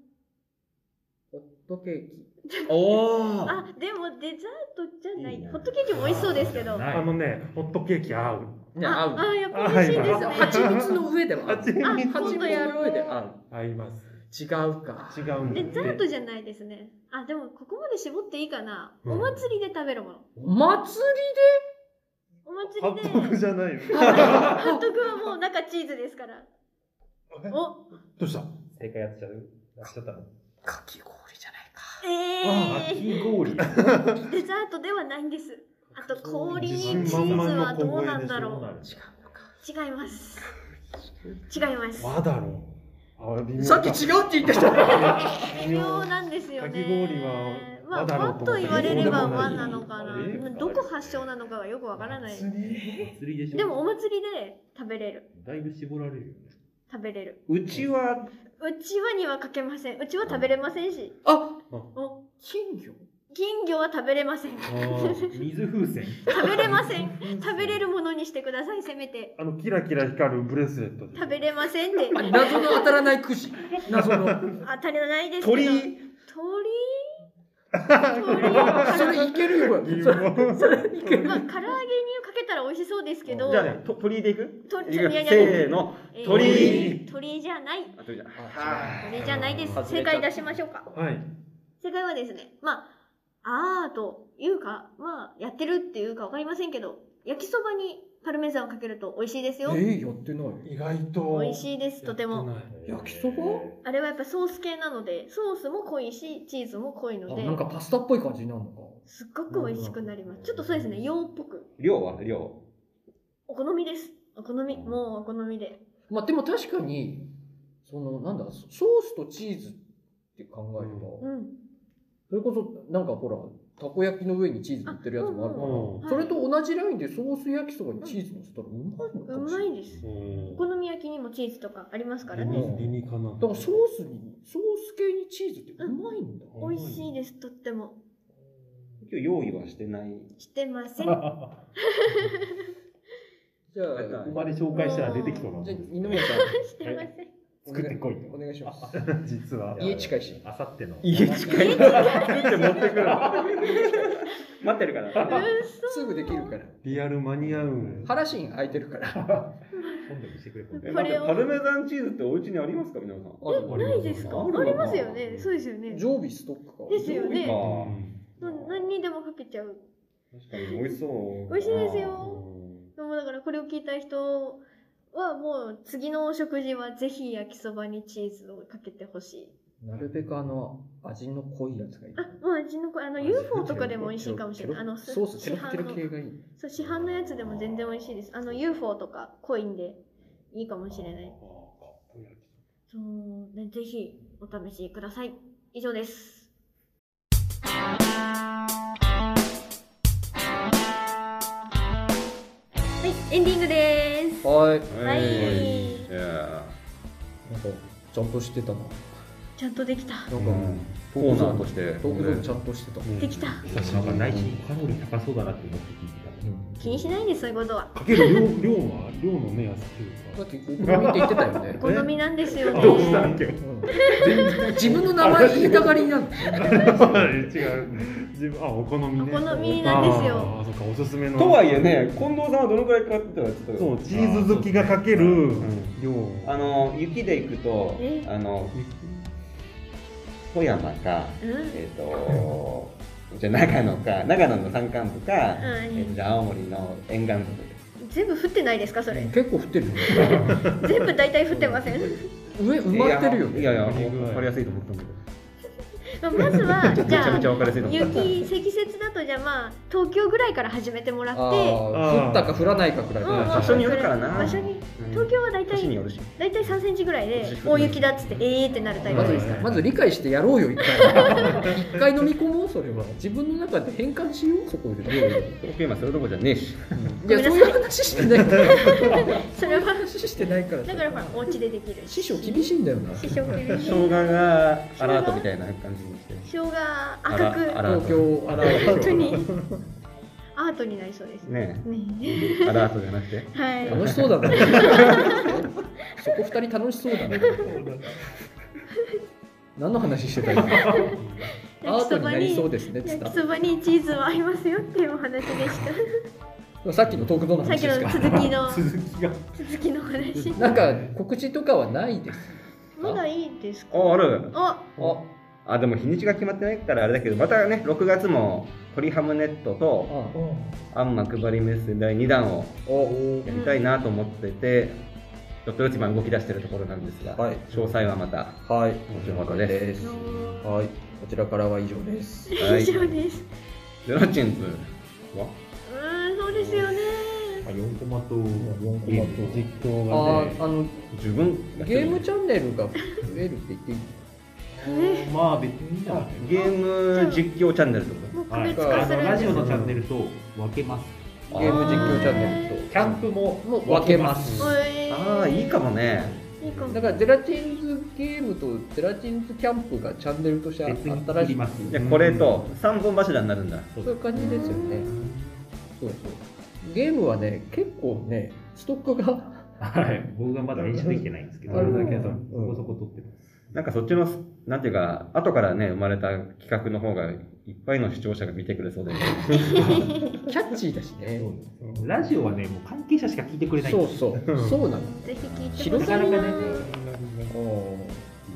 ットケーキ
おお
あ、でもデザートじゃない
いいね
ホットケーキも美味しそうですけど。あ、
ない
あのねホットケーキ合う。
ね合う
あ、やっぱ美味しいですね。
はい
蜂蜜の上では合う
蜂蜜
あ、
蜂
今
蜜
度や
の
ろ
上で
う。
合
合います。
う違うか
違うん
デ
だって
ザートじゃないですね。あ、でもここまで絞っていいかな。
うん
お祭りで食べるもの。
お祭
お祭りで。
ハットクじゃないよ。
ハットグはもう中チーズですから。お、
どうした？
正解やっちゃうやっちゃったの。
りかき氷じゃないか
ええ
き氷。
ー、デザートではないんです。あと氷にチ
自
ーズ
信満々
は
の小声でし
どうなんだ
ょ
ろう。
違うのか
違います。違います。
和だろう。あ微妙だ
さっき違うって言ってた
微妙なんですよね。
かき氷は
まあ、
和だろう
和
と
と言われれば和なのか
えー
な。どこ発祥なのかがよくわからない。
釣りでしょ。
でもお祭りで食べれる。
だいぶ絞られるよね。
食べれる。
うち
う
は
ちはにはかけません。うちは食べれませんし。
あ
お
金魚
金魚は食べれません。
あ
食
ー
水風船。
べれません。食べれるものにしてください、せめて。
あのキラキラ光るブレスレットで。
食べれませんって。
謎の当たらないくじ謎の
当たりないですけど。
鳥
鳥鳥
それいけるよ
微妙。
まあ、唐揚げにかけたら美味しそうですけど
じゃあ、ねと鳥居でいく
鳥
い
じ
く
ゃ
よ
いやいや
せーの
えー
鳥
鳥じゃない。
あ鳥じゃん
鳥じゃないです。
外
正
れちゃった
解出しましょうか。
はい。
正解はですね、まあ、あーというか、まあ、やってるっていうかわかりませんけど、焼きそばにパルメザンをかけると美味しいです
え
よ。
ー、やってない
意外と
美味しいです、とても。。
焼きそば
あれはやっぱソース系なので、ソースも濃いし、チーズも濃いの
あ
で
なん、かパスタっぽい感じになるのか
すっごく美味しくなります。ちょっとそうですね、洋っぽく。
量は量
お好みです。お好み、もうお好みで。
まあでも確かにそのなんだソースとチーズって考えれば、
うん。
それこそなんかほらたこ焼きの上にチーズ塗ってるやつもあるから、
うん。
はい
それと同じラインでソース焼きそばにチーズ乗せたらうまいのか
う
もし
ま
れない
いです。お好み焼きにもチーズとかありますから
理
ね。
に理にかな
だからソースにソース系にチーズってうまいんだ、
美味しいです、とっても。
今日用意はしてない
してません。
じゃあ
ここまで紹介したら出てきそうなもん
じゃ
で
あ
すけど
二宮さん
してません。
お
作
願
ってこい
お願いします
実は。
家近いし
あさっての。
家近いって持ってくる 待ってるから
嘘
すぐできるから
リアル間に合う。
腹心空いてるから
今度見せてくれ今度
え
こ
待っ
れ
て
を
パルメザンチーズってお家にありますか皆さん
あるの
ないですか
あるの
ありますよね。そうですよね。
常備ストックか
ですよね。
うん
な何にでもかけちゃう。
確かに美味しそう
美味しいです
う
よ。
ん
でもだからこれを聞いた人はもう次のお食事はぜひ焼きそばにチーズをかけてほしい。
なるべくあの味の濃いやつがいい
あ、もう味のこあの UFO とかでも美味しいかもしれない。あの
ソース
市
テロ
販
テロ
の
系がいい
そう市販のやつでも全然美味しいです。あの UFO とか濃いんでいいかもしれない。そう、ね、ぜひお試しください。以上です。とはい、エンディングです。
はい
はい
いや
なんかちゃんとしてたな
ちゃんとできた。
な
ー
んか、
コーナーとして
トークゾーンちゃんとしてた、
できた。
私なんか内心カロリー高そうだなって思って聞いてた
気にしないです、そういうことは。
かける量量は量の目安という
だっ
か。
てお好みって言ってたよ ね
お好みなんです よね。
どうしたっけ
うん自分の名前言いたがりなの
違う。自分あお好みね。
お好みなんですよ
あーそっかおすすめの。
とはいえね近藤さんはどのくらいかかってたかちょっと
そうチーズ好きがかける
ん
量。
あの雪で行くと
え
あの富山か
うん。うん。
え っ、とじゃあ長野か長野の山間部か、えーとじゃあ青森の沿岸部
全部降ってないですか、それ。
結構降ってるよ
全部大体降ってません。
上埋まってるよね
いやいやいや分かりやすいと思ったんだけ
まあまずは、
ど
じ
めちゃ
ゃ
め
あ
ちゃ。分かりやすいと思った
雪、積雪だと、じゃあまあ、東京ぐらいから始めてもら
あ
って、
ー降ったか降らないかくらい
うんうん
場所によるからな
場所に、
うん
東京は大
年に
体、
よるし
大体3センチぐらいで、大雪だっつって、ええーってなるタイプ
ま
で
ず
すから。
まず理解してやろうよ一 回一回飲み込もうそれは自分の中で変換しようそこで料理を
東京今それどころじゃねえし
いやそういう話してないから
それは、
話してないから
だからほら、お家でできる。
師匠厳しいんだよな
師匠厳しい。
生姜がアラートみたいな感じにして
生姜
あ
赤く
らあら
東京あら
本当に アートになりそうですね。
ね
ね
アラートじゃなくて
はい。
楽しそうだなそこ二人楽しそうだな何の話してた のアートになりそうですねっつっ
焼
た
きそばにチーズは合いますよっていうお話で した。
さっきのトークどんな
さっ
話
き
です
の続
か
きの
続きが
続きの 話。
なんか告知とかはないです
まだいいですか。
あある
あ、
あ
あでも日にちが決まってないからあれだけどまたね6月も鳥ハムネットと
あ
あんま配りメッセ第2弾を
お
やりたいなと思ってて、ちょっとずつ今動き出してるところなんですが、
はい
詳細はまた
はい
後ほどです。
ですはいこちらからは以上です
は
以
い
上です。
ゼロチンズは
うーん、そうですよね。
まあ4コマと
コマと
ゲームと実況
あ
がね
ーあの
十分やって
ゲ
る
ームチャンネルが増えるって言っていい
ね
まあ別にいいんじゃない
ゲーム実況チャンネルってこ
もう区別
あ
化
あ
する
の
ん
ラ
で
ジ
す
オ。のチャンネルと分けます
と
ゲーム実況チャンネルと
キャンプも
もう分けます
おい
ああいいかもね
いいかも
だからゼラチンズゲームとゼラチンズキャンプがチャンネルとして新
別に切
し
り
い
ます
じゃあこれと3本柱になるんだ
そういう感じですよねそうそうゲームはね結構ねストックが
はい僕がまだ練習できてないんですけど
あれだ
けど
そこそこ撮ってます
なんかそっちのなんていうか後からね生まれた企画の方がいっぱいの視聴者が見てくれそうで
キャッチーだしね
ラジオはねもう関係者しか聞いてくれないん
そ
で
う
す
そうそうなの
ぜひ聞いてほ
広
しい
が
な
るね
ー。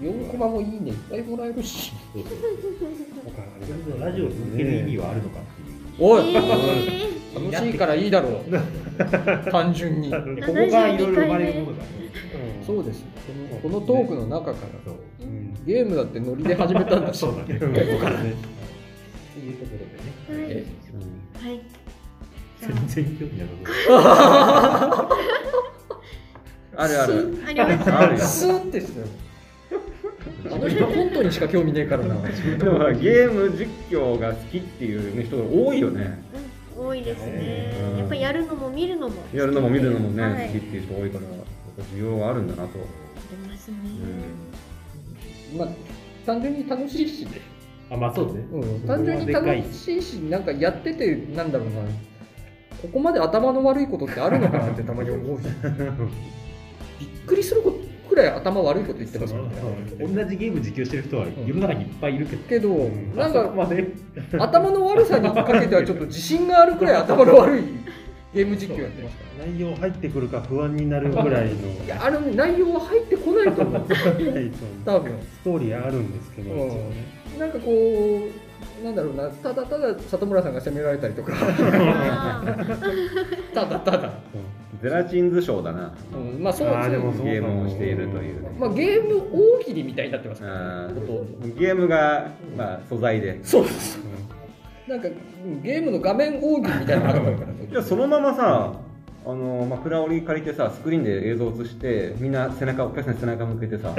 4コマもいいねいっぱいもらえるし
そうそうラジオを続ける意味はあるのかって
おい
えー
楽しいからいいだろ う単純に
いうここがいろいろ生まれるものだね
そうですこのこのトークの中から
そう
うん
ゲームだってノリで始めたんだし
そうだね
うん
ここからねっていうところでね
はい
え。
はい。じゃ
全然興味な
あるある
ああります。
あるよ
スーってしてあの人コントにしか興味ねえからな
でもさゲーム実況が好きっていうね人が多いよね
うん多いですね
う。ん
やっぱやるのも見るのも。
やるのも見るのもね、
はい
好きっていう人多いからやっぱ需要はあるんだなと、
ありますね。
まあ単純に楽しいしね、
あまあそうね
うん、単純に楽しいしなんかやっててなんだろうなここまで頭の悪いことってあるのかなってたまに思 うしびっくりするくらい頭悪いこと言ってますもんね
同じゲーム実況してる人は世の中にいっぱいいる
け
けど
ど
ん
なん
あそこ
か
まで
頭の悪さにかけてはちょっと自信があるくらい頭の悪いゲーム実況やってますから
内容入ってくるか不安になるぐらいの。
いやあれ内容は入ってこないと思う
は いそう
多分
ストーリーあるんですけど、
うん
一応ね
なんかこうなんだろうなただただ里村さんが責められたりとか
あー
ただただ、
ゼラチンズショーだな
うん、まあそう
あー
そ
で
う
もそうかも
ゲームをしているというね
まあ、ゲーム大喜利みたいになってますから、
あ
ね、ほとんど
ーゲームが、まあ、素材で
そうですなんかうんゲームの画面大喜利みたいなのあるからね
いやそのままさあのまあ、クラオリ借りてさスクリーンで映像映してみんな背中お客さんに背中向けてさ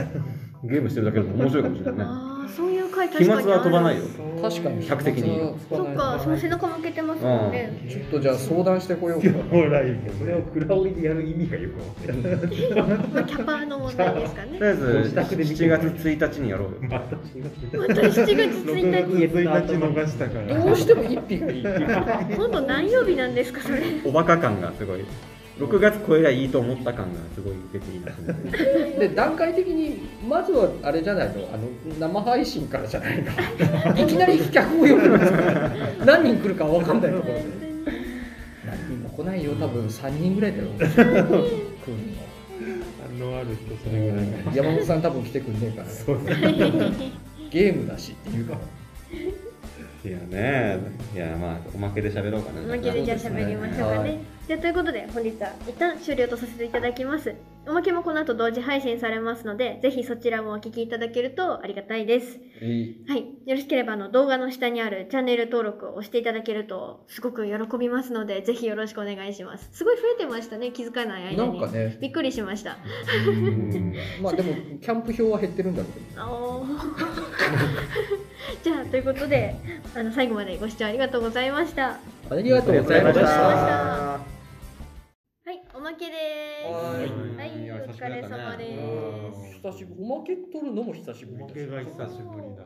ゲームしてるだけでも面白いかもしれないね
あー、そういう回
飛
確
沫
かにある
は飛ばないよ。
確かに
客的に
そっか、その背中向けてますもんね。
ちょっとじゃあ相談してこよう
今
か
日のライブそれを蔵折りでやる意味がよくわかんない
まあ、キャパの問題ですかね
とり。あえず
ご自宅で見て
7月1日にやろうよ。
また違って
また7月
6月
1
1日逃したか
な
ら。
どうしても一品がいい
日、今度何曜日なんですか、それ。
おバカ感がすごい。6月超えりゃいいと思った感がすごい出ていいですね。
で段階的にまずはあれじゃないのあの生配信からじゃない のいきなり客を呼ぶんですから何人来るか分かんないところで何人も来ないよ多分3人ぐらいだよ来る
反応ある人それぐらい
の山本さん多分来てくんねえから、
そうだね
ゲームだしって言うから
いやねいやまあおまけで喋ろうかな
おまけでじゃあ喋りましょうかね。じゃあということで本日は一旦終了とさせていただきます。おまけもこの後同時配信されますので、ぜひそちらもお聞きいただけるとありがたいです。はい。よろしければあの動画の下にあるチャンネル登録を押していただけるとすごく喜びますので、ぜひよろしくお願いします。すごい増えてましたね、気づかない間
な
に。
んかね
びっくりしました。
うん
まあでもキャンプ票は減ってるんだろうけど
おーじゃあということで、あの最後までご視聴ありがとうございました。
ありがとうございまし
ありがとうございました
た。
はい、おまけです。
は
はいい、お疲れ様です。
久しぶりおまけ取るのも久しぶり
お
だ
ま
し
けが久しぶりだ。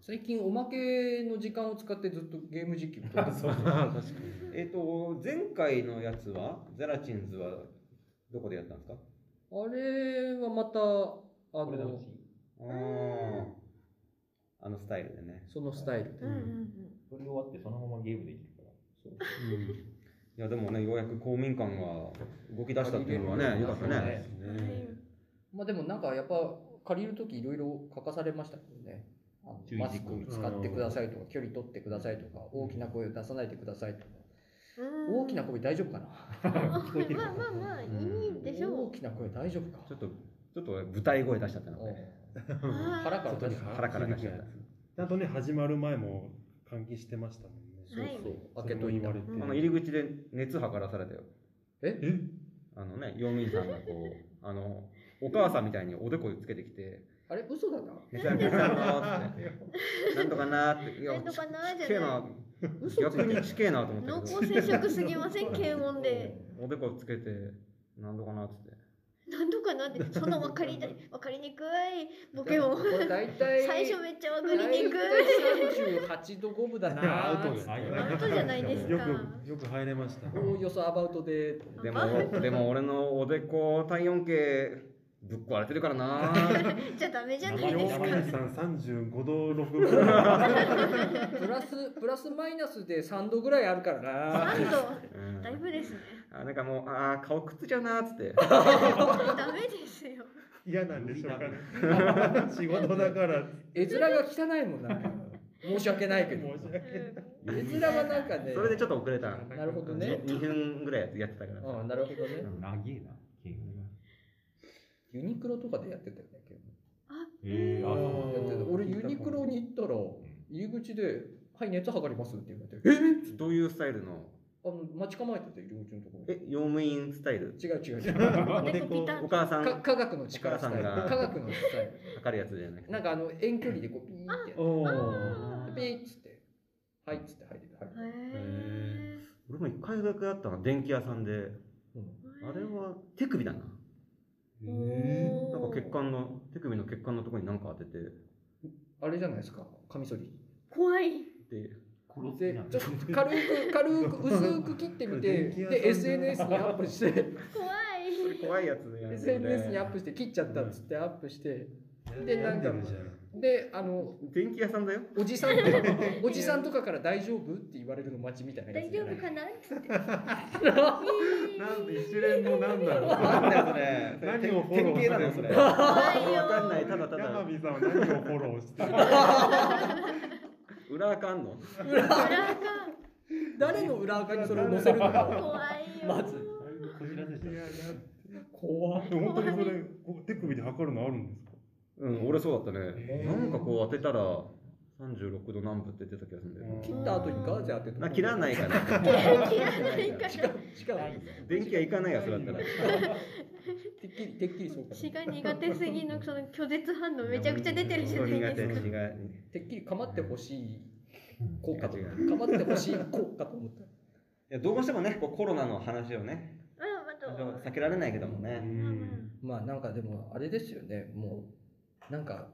最近おまけの時間を使ってずっとゲーム実況を撮ってる
えっと前回のやつはゼラチンズはどこでやったんですか
あれはまた、あの、
あのスタイルでね
そのスタイルで
うんうんうん。
それ終わってそのままゲームできるから
いやでもねようやく公民館が動き出したっていうのはねよかったね
まあでもなんかやっぱ借りるときいろいろ書かされましたけどね。あの
注意
マス
事項
クを使ってくださいとか、距離取ってくださいとか、大きな声を出さないでくださいとか、
うん
大きな声大丈夫かな
まあまあまあいいでしょ
大きな声大丈夫か
ちょっとちょっと舞台声出しちゃったな
おう
う。は
腹から出す
腹から出しちゃった
ちゃんとね始まる前も換気してましたもん
は
ね。
い
そう、
それ
開け
も
とい
言
た
わ。れて。
うん
あの入り口で熱測らされたよ
え
え
あのね用務員さんが こうあのお母さんみたいにおでこつけてきて
あれ、嘘だな。
「めちゃめちゃな」って「なんとかな」って「い
なんとかなじ
ちち
ゃ
っけえ
な
な逆にちっけえな」と思
濃
った
厚
けど
接触すぎません検温で。
お でこつけて「なんとかな」っつって
なんとかなってその分かりだ分かりにくいボケ
こ
を。
れ大体、
最初めっちゃ分かりにくい。
大体38度5分だ
ア
な。
ウトですね
アウトじゃないですか
よくよく入れました。
おおよそアバウトで。
でもでも俺のおでこ体温計ぶっ壊れてるからな
じゃあダメじゃ
用
ないですか
務。員さん三十五度六分。は
プラス、プラスマイナスで3度ぐらいあるからな。
なんと
うん
だいぶですね。
あなんかもうあー顔くっついちゃうなーっつって
ダメですよ。
嫌なんでしょうかね。 仕事だから。
絵面が汚いもんな。申し訳ないけど。
申し訳
絵面はなんかね。
それでちょっと遅れた
なるほどね。
2分ぐらいやってたから
うん、なるほどね。
長えなゲームが
ユニクロとかでやってたよね。結
えーあそう
構
なん
や
だ
ってた俺、ユニクロに行ったら、入り口で、はい、熱測りますって言われて、え
どういうスタイルの
あの待ち構えてて、入り口のところ
え用務員スタイル
に。違う違う違う。
おでこピタ
お
ン。
母さん
か科学の力スタイル。
お母さんが
科学のスタイル。
測るやつじゃない
なんかあの遠距離でこうピーンってやっ
おお。
てピーンっつってはいっつって入ってるはい
へ
俺も一回だけあったな電気屋さんで
うん
ー
あれは手首だななんか
お
血管の手首の血管のところに何か当てて
あれじゃないですかカミソリ
ー怖い。
で
でちょっと軽く軽く薄く切ってみ て
電気屋さん
で
で
SNS にアップして
怖い。
怖いやつでやるので
SNS にアップして切っちゃったっつってアップしてでなんか
やってるじゃん
であの
電気屋さんだよ
おじさん とかおじさんとかから大丈夫って言われるの待ちみたいなや
大
つじ
丈
ゃない
夫かな。
なんで一連のなんだろう。
なんだよそ れ
何をフォロー
典型なのそれわ
怖いよ。
かんないただた
山
だ
美さんは何をフォローしてる
裏あかんの
裏が
誰の裏垢にそれを載せる のか
怖いよ。
まず
こじらせちゃっ
怖っ
本当にそれこう手首で測るのあるんですか
うん俺そうだったねなんかこう当てたら36度南部って出た気がするんだよね
切った後にガーゼ当てて
な切らないから
切らないから
しかもしかも
電気がいかないやそれだ ったら
てっきりてっきりそうか
血が苦手すぎのその拒絶反応めちゃくちゃ出てるじゃない
苦 手
ですか
苦
てっきり構ってほしい効果と
違う違
構ってほしい効果と思った
手いやどうしてもねこうコロナの話をね
うんあと
避けられないけどもね
うん
まあなんかでもあれですよねもうなんか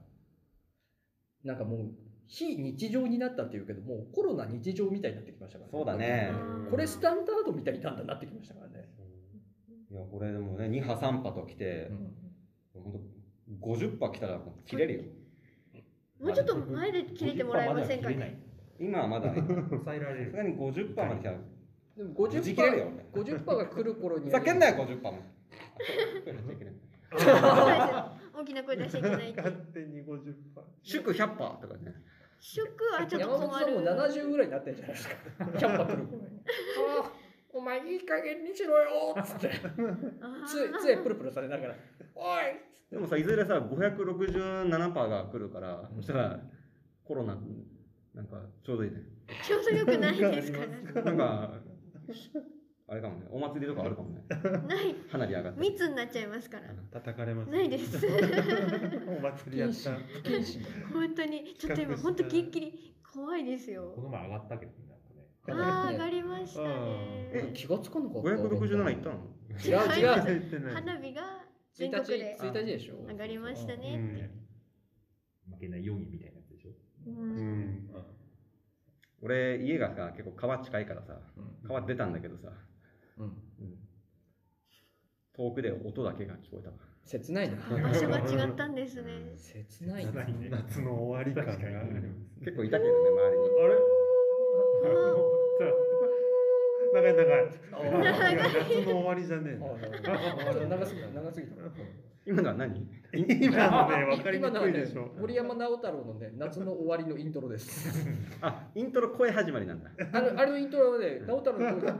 なんかもう非日常になったっていうけどもうコロナ日常みたいになってきましたから
そうだね
うん
これスタンダードみたいにだんだんなってきましたからね、
いやこれでもね2波3波と来てほんと50波来たらもう切れるよ
もうちょっと前で切れてもらえませんか
50%までは切れな
ね
い
今はま ださ
抑えられ
す
る
がに50パーまで来たら
でも
無事切れるよ
50%パーが来る頃に
ふざけんなよ50パーもあ
大きな声出しちゃいけないって
勝手に50パー。
祝100パーとかね
食はちょっ
山
と
本
困
さんも
る
70ぐらいになってるじゃないですかキャンパ来る頃にああお前いい加減にしろよっつって
あー
つ杖プルプルされながら「おい!
でもさいずれさ567パーが来るからそしたらコロナなんかちょうどいいね
調子良くないですから
なんかあれかもねお祭りとかあるかもね
ない
花火上がって
密になっちゃいます から
叩かれます。
ないです。
お祭りやった。
不謹慎
本当にちょっと今
比較した
本当ギリギリ怖いです
こ
よ
の前上がったけどねなんかね
あー上がりましたね
気がつかなかった
567行ったの
違う違う
言ってない。
花火が全
1
国
日
で
1日でしょ
上がりました
う
ね
ん。
負けないようにみたいなやつでしょ
うん
うん。
俺家がさ結構川近いからさ川出たんだけどさ、
うん
うん遠くで音だけが聞こえたわ
切ないな
場所が違ったんですね
切ないな
な いね
夏の終わり感
確
が
か
あ
に
ります。
結構いたけどね周り
あ
に
れ長い 長い。
あ
いや
ー
夏の終わりじゃねえ
あ
な。
ー長すぎた長すぎた
今のは何
今のね、わかりに
今のは
くい
ね
でしょ。
森山直太朗のね夏の終わりのイントロです
あイントロ声始まりなんだ
あのあれのイントロはね直太朗の声が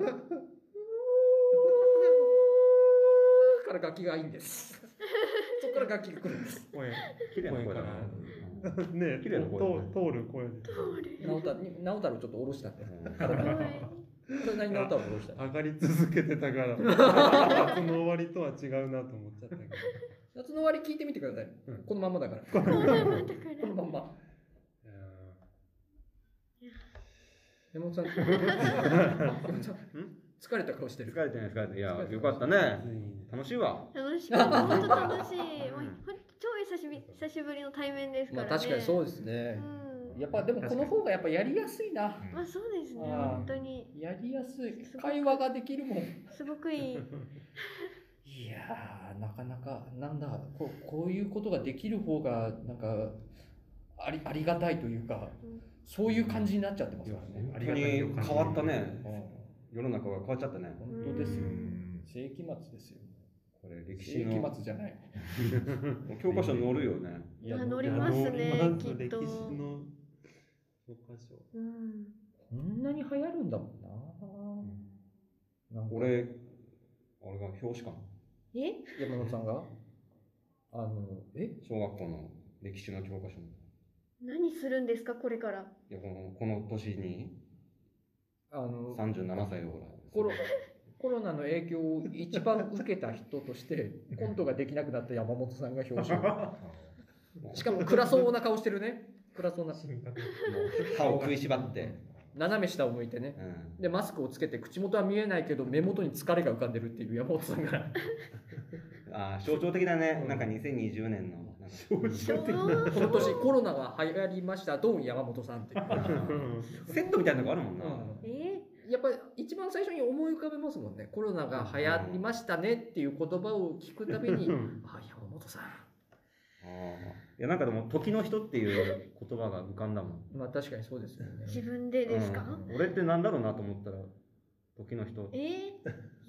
から楽器がいいんです そこから楽器が来るんです
声。ね
綺麗な声だな綺麗な声だね
通る声で。
直太直太朗ちょっと下ろしたんで
うん
すごい
それなりに直太朗下ろした
上がり続けてたから、夏の終わりとは違うなと思っちゃったけど。
夏の終わり聞いてみてください、
うん
このまんまだから
こ
こ
のままだか
の
ら
まんま
いや
山本 さん山本さん疲れた顔して
疲
る
れてない疲れてないいや
疲れてない
よかった
ー
ね
ついに
楽しいわ
楽しかった本当楽しいもうほんと超久しぶり久しぶりの対面ですか
ま
らね
あ確かにそううですね、
ん
やっぱでもこの方がやっぱやりやすいな
まあそうですね
あー
本当に
やりやすい会話ができるもん
すごくいい
いやーなかなかなんだこうこういうことができる方がなんかありありがたいというか、
うん
そういう感じになっちゃってますからね、
本当に変わった
う
ね
ん
世の中が変わっちゃったね
本当ですよ
うん
世紀末ですよ
これ歴史
世
の
紀末じゃない
教科書に載るよね
いや
まあ乗
い
り
や
ますね
乗ります
きっと
歴史の教科書。
うん
こんなに流行るんだもんな,、なんか
俺あれが表紙かな
え
山本さんがあのえ
小学校の歴史の教科書に
何するんですかこれから
いやこのこの年に
あの
37歳をほら
コロコロナの影響を一番受けた人としてコントができなくなった山本さんが 表彰しかも暗そうな顔してるね暗そうな
歯を食いしばって、
斜め下を向いてね
うん、
でマスクをつけて口元は見えないけど目元に疲れが浮かんでるっていう山本さんが
あー象徴的だね、なんか2020年のなんか
象徴
こ の年コロナが流行りましたドン山本さんっていう、
セットみたいなのがあるもんな、
う
え
ん、やっぱり一番最初に思い浮かべますもんねコロナが流行りましたねっていう言葉を聞くたびに、あ山本さん
あーいやなんかでも「時の人」っていう言葉が浮かんだもん
まあ確かにそうですよね
自分でですか、
うん俺ってなんだろうなと思ったら「時の人」
え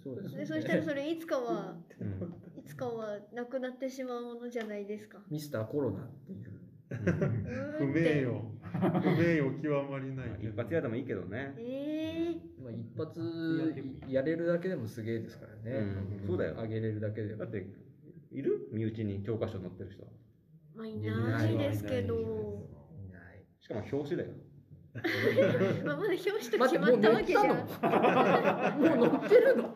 そうですよ
で
ね
そしたらそれいつかは
うん
いつかはなくなってしまうものじゃないですか。
ミスターコロナっていう
うん
うーんって
不名誉。不名誉極まりな
まあ
いけど。
一発屋でもいいけどね、
ええ
まあ、一発やれるだけでもすげえですからね、
うんそうだよ
上げれるだけで
だ
も
っている身内に教科書載ってる人
まあいないですけど。
いない
しかも表紙だよ。
まあまだ表紙と
待
決
って
まったわけじゃん。
もう乗ったのもう乗ってるのも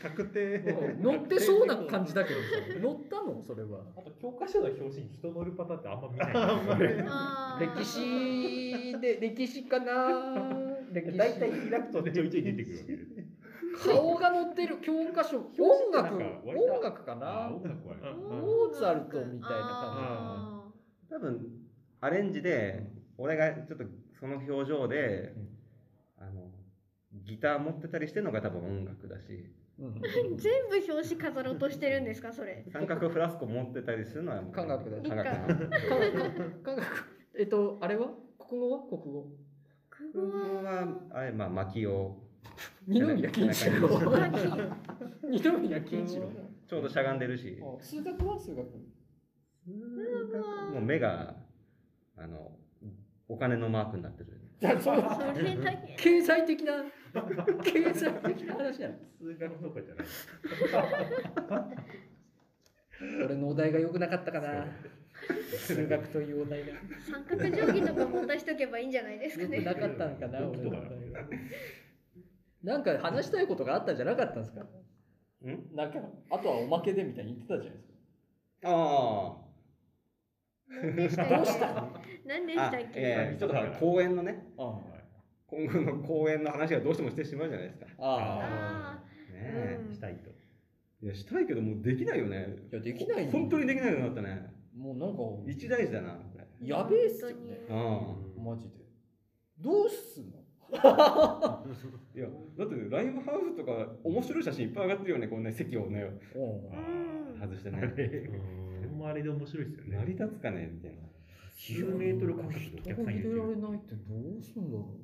確定
う乗ってそうな感じだけどさ乗ったのそれは
あと教科書の表紙に人乗るパターンってあんま見ない
あんまり
あー
歴史で歴史かな歴史
大体開くとねちょいちょい出てくるわけです
顔が載ってる教科書音楽
なんか割と
音楽か
あ
な
音楽はある
モーツァルトみたいな
あ
多分アレンジで俺がちょっとその表情で、あのギター持ってたりしてるのが多分音楽だし
うん
ー全部表紙飾ろうとしてるんですかそれ。
三角フラスコ持ってたりするのはもう
科学だし
科学なの
科学科学えっとあれは国語は国語
国
国
語は
語はあれまあ薪を
二宮金一郎
あ金
二宮金一郎
ちょうどしゃがんでるしも
あ数学は数学
う目があのお金のマークになってる
じゃあその
それだけ。
経済的な経済的な話なの
数学とかじゃない
俺のお題が良くなかったかな数学というお題が
三角定規とか持たしとけばいいんじゃないですか
良く
ね。
なかったのかな
動
俺
機
の
と
お
か
題がなんか話したいことがあったんじゃなかったんですか
ん
なんかあとはおまけでみたいに言ってたじゃないですか
あ
でした
どうした
何で
あ
し
あ
たっけ、
ええちょっとほら公園のね
あ
今後の公園の話がどうしてもしてしまうじゃないですかね
あ
あ
え
うん
したいと
いやしたいけどもうできないよね
いやできないよ
本当にできないようになったね
もうなんか
一大事だなこれ
ー
やべえっすよね
本当に
うん
マジでどうすんの
いやだってねライブハウスとか面白い写真いっぱい上がってるよねこんな席をね
う
う
ん
ん
外して
あ
ね
れもあれで面白いですよ
成り
ね
立つかねみたいな
数メートル間隔でお
人
客
が
さん
入
い
れ
る
られないってどうすんだろ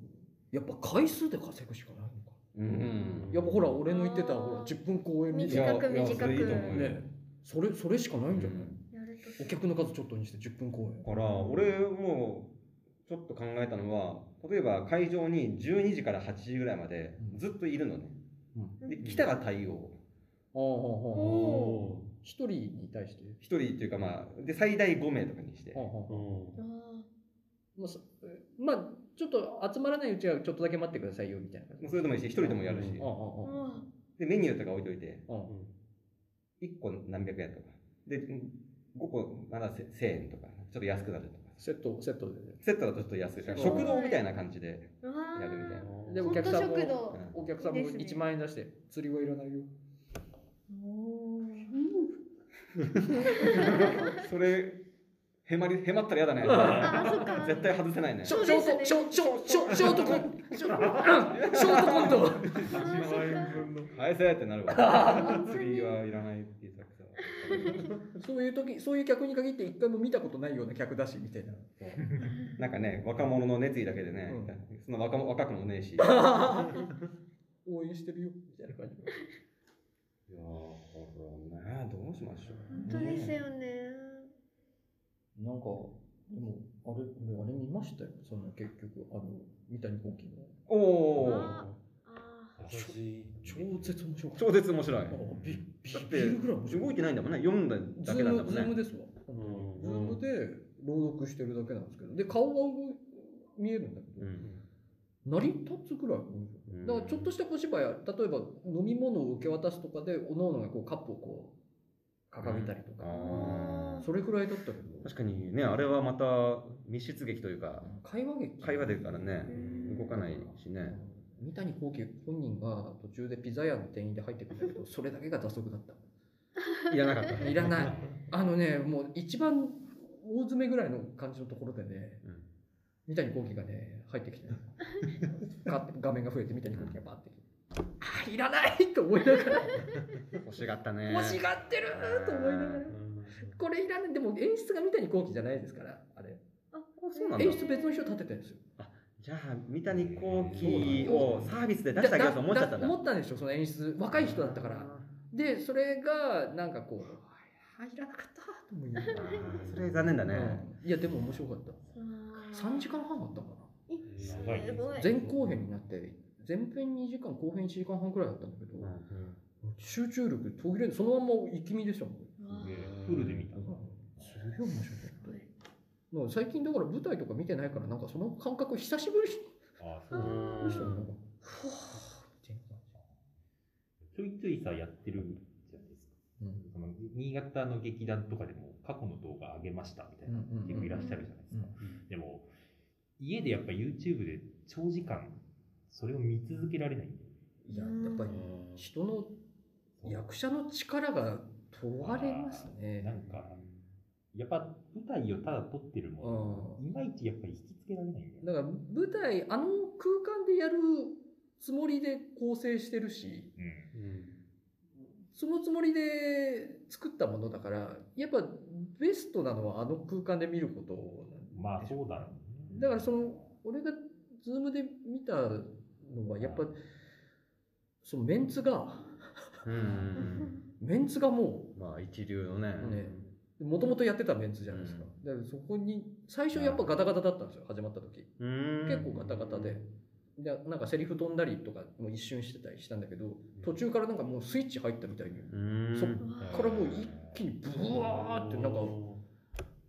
うやっぱ回数で稼ぐしかないのか
うん
やっぱほら俺の言ってた
あー
ほら10分公演みたいな
短く
いやいや
短
それいいと
く
思うよ
ねそれそれしかないんじゃない、
うん
やると
お客の数ちょっとにして10分公演
だから俺もうちょっと考えたのは例えば会場に12時から8時ぐらいまでずっといるのね、
うん
で来たら対応
ああ
お
一人に対して
1人っていうかまあで最大5名とかにして
はあはあ
あ
まあそまあちょっと集まらないうちはちょっとだけ待ってくださいよみたいな感じ
それでもいいし1人でもやるし、
ああ
ー
あ
も
でメニューとか置いといて
あああ
1個何百円とかで5個ならせ1000円とかちょっと安くなるとか
セットセットで
セットだとちょっと安い
そう
食堂みたいな感じ で
ううわ
やるみたいな
ー
で
ホ
お
ッ
客
ト
さん
食
も
堂
うん
お客さんも
いいですね
1万円出して釣りはいらないよ
それへまりへまったら嫌だね
あーそっか
絶対外せないね
シ
そ
ョ
う
ショ
ですね
ートショショショショートコントショ ショートコント
1万円分の
返せってな るわ
本当に
釣りはいらないって言ったけど
そういう時そういう客に限って一回も見たことないような客だしみたいな
なんかね若者の熱意だけでね、そんな若も若くもねえしいや
応援してるよみたいな感じ
ーほらねどうしましょう
本当ですよね
なんかでもあれ俺あれ見ましたよその結局あの三谷幸喜の
お
あ
お
あ
優しい
超絶面白かった
超絶面白い
あびび
だっ
び
て
るぐらい面白
動
い
いてないんだもんね読んだ
ズ
だけ
ー
なんだも
ム
ん
ズーム
ね
ですわ
うん
ズームで朗読してるだけなんですけどで顔は動い見えるんだけど
うん
成り立つぐらい面白いだからちょっとした小芝居例えば飲み物を受け渡すとかでおのおのがこうカップをこう掲げたりとか、
あ
それくらいだったけど
ー確かにねあれはまた密室劇というか
会話劇
会話でからね
うん
動かないしね
三谷幸喜本人が途中でピザ屋の店員で入ってくるんだ けどそれだけが打足だっ
いらな かった
たいらないあのねもう一番大詰めぐらいの感じのところでね
うん
三谷幸喜がね入 ってきてが画面が増えて三谷幸喜がバーってあーいらないと思いながら
欲しがったね
欲しがってると思いながら
うん
これいらないでも演出が三谷幸喜じゃないですからあれ
そうなんだ
演出別の人立ててるんですよ
じゃあ三谷幸喜をサービスで出してあげようと思っちゃったん
だ
だ
思ったんでしょその演出若い人だったからでそれがなんかこうあいらなかったと思いなが
あ
ら
ーそれ残念だね、
うんいやでも面白かった3時
間
間半あったかな
す
や
ご
ば
い
いね
前後編になって前編2時間後編1時間半くらいだったんだけど、集中力途切れんそのまんま生き見でしたもん
うわ
フルで見た
すげえ面白かったまあ最近だから舞台とか見てないからなんかその感覚久しぶりで
ああ
うん
そう
したねなんか
ちょいちょいさやってるじゃないですか、
うん
その新潟の劇団とかでも過去の動画上げましたみたいな
うんうんうん
結構いらっしゃるじゃないですか、
うん
でも家でやっぱ YouTube で長時間それを見続けられない
いややっぱり人の役者の力が問われますね
なんかやっぱ舞台をただ撮ってるものいまいちやっぱり引きつけられないんだよね
だから舞台あの空間でやるつもりで構成してるし
うん
そのつもりで作ったものだからやっぱベストなのはあの空間で見ること
ま
なん
あ
でしょ
そうだろうね
だからその俺がズームで見たのはやっぱそのメンツが
うんうん
メンツがも
うんまあ一流のね
うねもともとやってたメンツじゃないですか、だからそこに最初やっぱガタガタだったんですよ始まった時
うん
結構ガタガタででなんかセリフ飛んだりとかも一瞬してたりしたんだけど途中からなんかもうスイッチ入ったみたいに
うん
そっ
わ
からもう一気にブワーってなんかも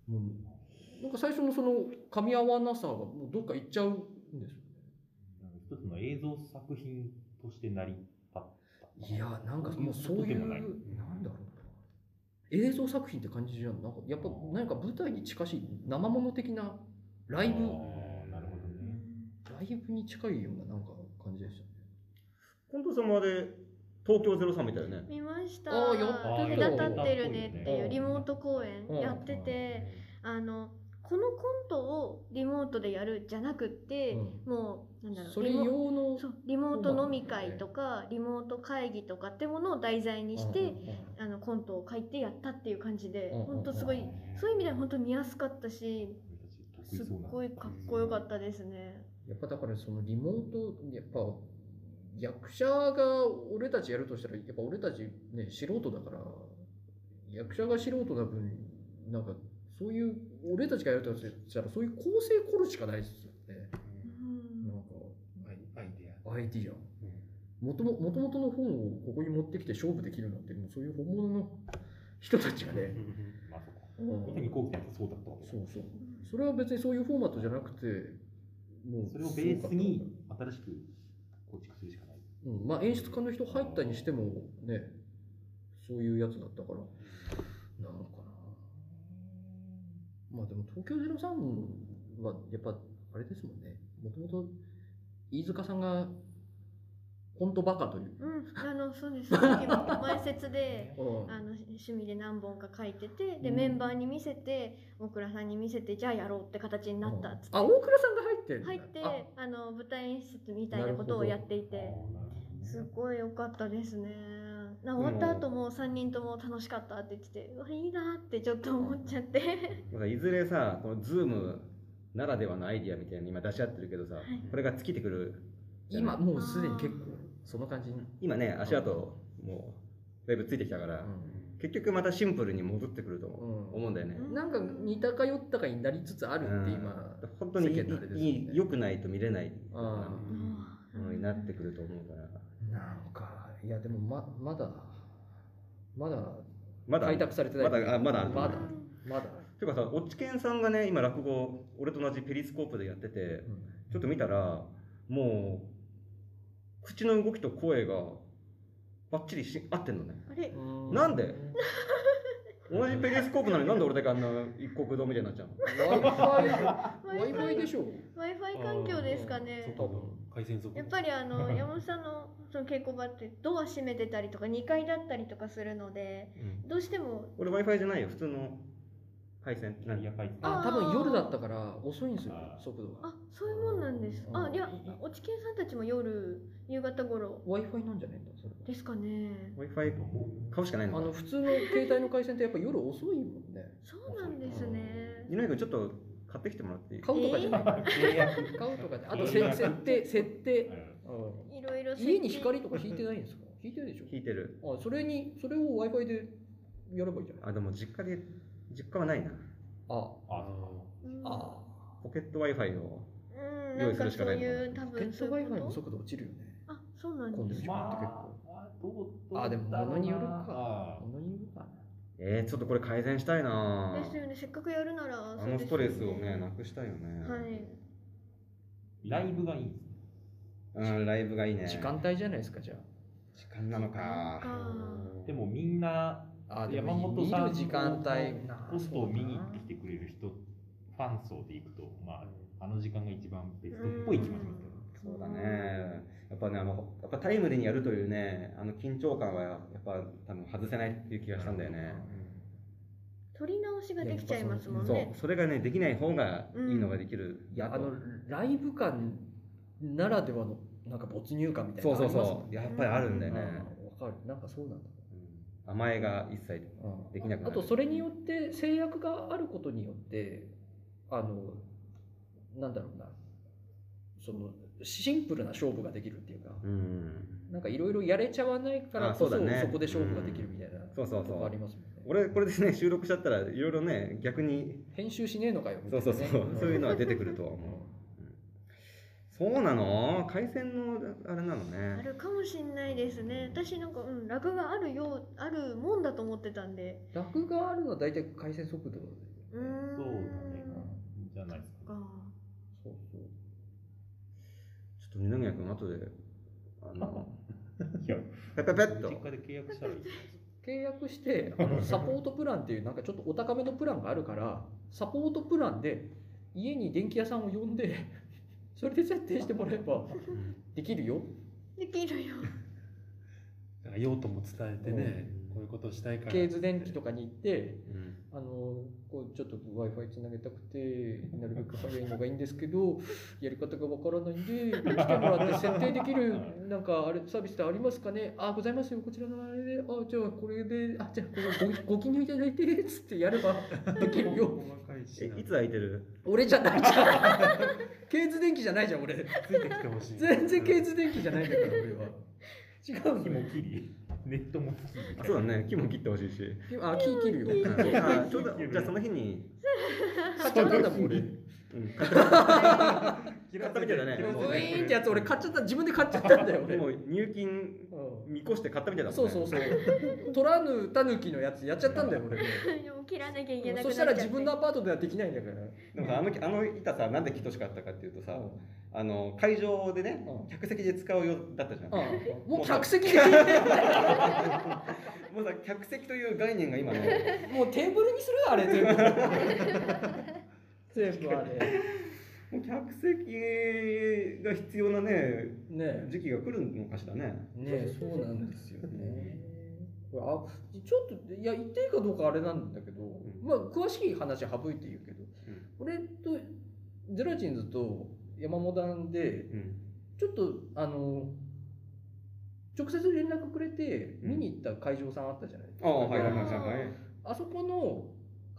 うなんか最初のその噛み合わなさがもうどっか行っちゃうんですよ
なんか一つの映像作品として成り立った
いやなんかもうそうい
で
う
もない
なんだろうな映像作品って感じじゃんなんかやっぱなんか舞台に近しい生もの的なライ
あ
ブ
ーなるほどね
ライブに近いようななんか感じでしたね
本当そのあれ東京ゼロさんみたいなね
見ました
あーや
ってた
隔たってるねっていう
うん
リモート公演
うん
やっててあのこのコントをリモートでやるじゃなくってもうなんだろう
それ
リモ
用の
そうリモート飲み会とかリモート会議とかってものを題材にして、あのコントを書いてやったっていう感じで、
うんうん
ほんとすごい、そういう意味では本当見やすかったし、すっごいかっこよかったですね。
やっぱだからそのリモートやっぱ役者が俺たちやるとしたらやっぱ俺たちね素人だから役者が素人な分なんかそういう俺たちがやるとしたらそういう構成凝るしかないですよね
うん
なんか
アイデ
アイディアもとももともとの本をここに持ってきて勝負できるなんてもうそういう本物の人たちがね、
ア。まあそこ。
うん
三谷幸喜なんてそうだったわけだ
そうそうそれは別にそういうフォーマットじゃなくてもう
それをベースに新しく構築するしかない。
うん、まあ演出家の人入ったにしてもねそういうやつだったからなのかなまあでも東京03はやっぱあれですもんねもともと飯塚さんがコントバカという、
うん、あのそうです。さっきも前説で。
うん
あの趣味で何本か書いててで、
うん
メンバーに見せて大倉さんに見せてじゃあやろうって形になったっつって
あ大倉さんが入ってんだ
入って
あ
あの舞台演出みたいなことをやっていてすごい良かったですねな終わった後も3人とも楽しかったって言っててうわいいなってちょっと思っちゃって
なんかいずれさこのズームならではのアイディアみたいなの今出し合ってるけど
い
さこれが尽きてくる
今もうすでに結構その感じに、
今ね足跡もうだいぶついてきたから結局またシンプルに戻ってくると思う
うん
思うんだよね
うん
なんか似たかよったかになりつつあるって今、
本当にい
世間のあれですよね
いい良くないと見れない
あー
ものになってくると思うから
なんかいやでもままだまだ
まだ
開拓されてない
まだあまだある
ま
う
だ
ん
まだ、
ていうかさおっちけんさんがね今落語俺と同じペリスコープでやっててちょっと見たらもう口の動きと声がバッチリし合ってんのね
あれ
うん
なんで同じペリスコープなのになんで俺だけあんな一国堂みたいになっちゃうの
Wi-Fi でしょ
Wi-Fi 環境ですかね
多
回線速
やっぱりあの山本さんのその稽古場ってドア閉めてたりとか2階だったりとかするのでどうしても
俺 w i f i じゃないよ普通の配線
キャリア回
あ
あ
ー
多分夜だったから遅いんですよ
あー
速度が
あそういうもんなんです
うん
あいやおちけんさんたちも夜夕方頃
Wi-Fi なんじゃないんだそれ
ですかね
w i f i 買うしかないの
あ
か
の普通の携帯の回線ってやっぱ夜遅いもんね
そうなんですね
井上君ちょっと買ってきてもらっていい
買うとかじゃないから
契約。
買うとかであとせ 設定設定、うん
いろいろ設定
家に光とか引いてないんですか引いてるでし
引いてる
ょあそれにそれを Wi-Fi でやればいいじゃない
あでも実家で実家はないな
あ
あ
うん
あ
ポケット w i f i を
うんな
用
ん
意す
か
るし
そ
かな
う
いもん
いう多
ポケ
分
ット
そういう
Wi-Fi の
こと
速度落ちるよね
あそうなん
混ん
で
でする時間って結構
まあ、どう
あでも物による
あ
か物によるか
えー、ちょっとこれ改善したいな
ですよねせっかくやるなら
あ
そうで
の
す
ス
よ
トレスをねなくしたいよね
はい
ライブがいいんです
うんライブがいいね
時間帯じゃないですかじゃ
時間なのか
時間か
でもみんな
ああで
山
も
本さん
見る時間帯
コストを見に来てくれる人ファン層でいくと、まあ、あの時間が一番ベストっぽい気もしますけど、
そうだねやっぱねあのやっぱタイムリーにやるというねあの緊張感はやっぱ多分外せないっていう気がしたんだよね
取り直しができちゃいますもん
そう
ね
それがねできない方がいいのができる、
あいやあのライブ感ならではのなんか没入感みたい
そ
な
う
の
そう
ありますも
そ
ん
うやっぱりあるんだよね、
ああわかるなんかそうなんだ
うん甘えが一切できなくな
あ
る
とそれによって制約があることによってあのなんだろうなそのシンプルな勝負ができるっていうか、
うん
なんかいろいろやれちゃわないから
あ
こ
そう
そ
だ
そ,、
ね
こで勝負ができるみたいな
そうそうそ
とこあり
う
ますもんね。
俺これでね収録しちゃったらいろいろね逆に
編集しねえのかよみた
そ
いうな、
そ
ね。
うそうそういうのは出てくるとは
う
思うんそうなの回線のあれなの
あ
ね
るかもしんないですね私なんかうん楽があるようあるもんだと思ってたんで
楽があるのは大体回線速度だよね
うーん
そうだねじゃないですか
か
そうそう
ちょっと二宮君後であの
いや
ペペペッと
実家で契約したらいいじゃないです
契
か
約してあ のサポートプランっていうなんかちょっとお高めのプランがあるからサポートプランで家に電気屋さんを呼んでそれで設定してもらえばできるよ
できるよ
なんか用途も伝えてね、こういうことしたいから。
ケーズ電気とかに行って
うん
あのこうちょっと w i f i つなげたくてなるべく早いのがいいんですけ どやり方がわからないんで来てもらって設定できるなんかあれサービスってありますかねあございますよこちらのあれであじゃあこれであじゃあこれごご記入いただいてっつってやれば できるよ
細かいしな
えいつ空いてる
俺じゃないじゃんケーズ電気じゃないじゃん 俺
ついてきてほしい。
全然ケーズ電気じゃないんだから俺は違う
木
の
も
よ
切りネットも切り
あそうだね木も切ってほしいし
あ木切る
うん
よ
あちょうどじゃあその日に、
買っちゃったんだもん俺
うん、買ってもら
嫌
ったみたいだね
ウィーンってやつ俺買っちゃった自分で買っちゃったんだよ
って
俺
もう入金
うん
見越して買ったみたいだもん
そう
ね
そうそう。取らぬタヌキのやつやっちゃったんだよ俺。
でも切らなきゃいけなくなっちゃって
そしたら自分のアパートではできないんだから。
でもさあの木あの板さなんで木としかあったかっていうとさ、
うん
あの会場でね
うん
客席で使うようだったじゃん、
うんもう客席で聞いてんだよ
もうさ客席という概念が今ね
もうテーブルにするあれ全部。全部あれ。
もう客席が必要なね
ね
時期が来るのかしらね
え。ねえそうなんですよね。これあちょっといや言っていいかどうかあれなんだけど、
ん
まあ詳しい話は省いて言うけど、俺とゼラチンズと山モダンで
うん
ちょっとあの直接連絡くれて
うん
見に行った会場さんあったじゃないです
ああはいはいはい
あー
はいはい
あそこの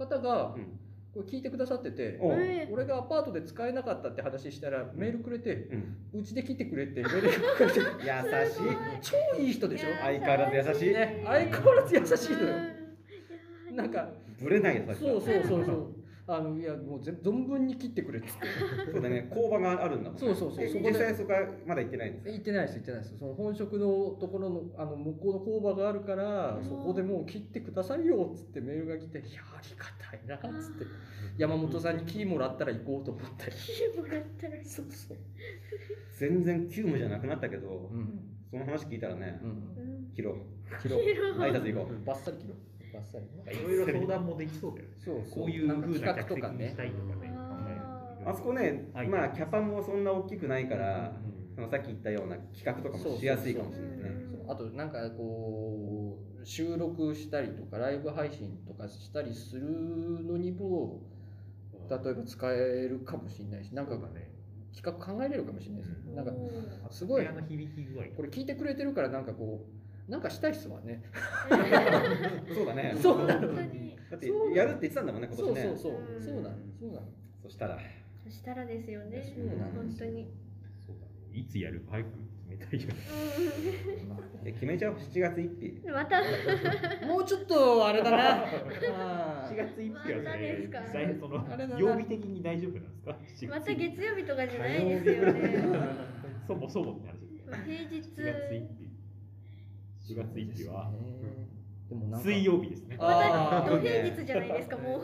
方が
うん
これ聞いてくださってて、
おう
ええ
俺がアパートで使えなかったって話したらメールくれて
うん
うちで来てくれってメールくれ て
優しい
超いい人でしょ、
や
相変わらず優しい
ね、相変わらず優しいのよ
うん
なんか
ぶれない優しさ
そうそうそうそうあのいやもうぜ存分に切ってくれっつって
そうだね工場があるんだもんね
そうそうそう
え
そこで
実際そこはまだ行ってないんですか
行ってないです行ってないですその本職のところのあの向こうの工場があるから
うん
そこでもう切ってくださいよっつってメールが来ていやありがたいなっつって山本さんにキーもらったら行こうと思ったり
切もらったら
そうそう
全然急務じゃなくなったけど
うん
その話聞いたらね
うん
うん
切ろう
切ろう
切ろう
挨拶行こう
バッサリ切ろうバッサリ
いろいろ相談もできそうだよね
そうそう
こういう風な
なんか
客
企画と
席
か
に
ね
したいとかね考えると
あそこね、
はい
まあキャパもそんな大きくないから、
うん
そのさっき言ったような企画とかもしやすいかもしれない ね。
うん
あとなんかこう収録したりとかライブ配信とかしたりするのにも例えば使えるかもしれないしなんか
そうだね
企画考えれるかもしれないです、
う
なんか
おー
すごい
部屋の響き具合とか
これ聞いてくれてるからなんかこうなんかしたいっすわね
そうだね。
そうなの
本当に
だってやるって言ってたんだもんね今
そ
年
うそ
ね。
うそう
うん
そうなのそうな の
そしたら
そしたらですよね
そうなん
本
です
当
よ
に
そうだねいつやるか早く決めたいよね
え決めちゃおう7月1日。
うんま た
もうちょっとあれだ なあー
4月1日は
またです
ね
か、
大変その
あれだな
曜日的に大丈夫なんですか4
また
1日
月曜日とかじゃないですよね
そもそもって話ですね。
平日
4月1日。4月1日は、
そうですねでもなんか
水曜日ですね。
あー
土平日じゃないですか、もう。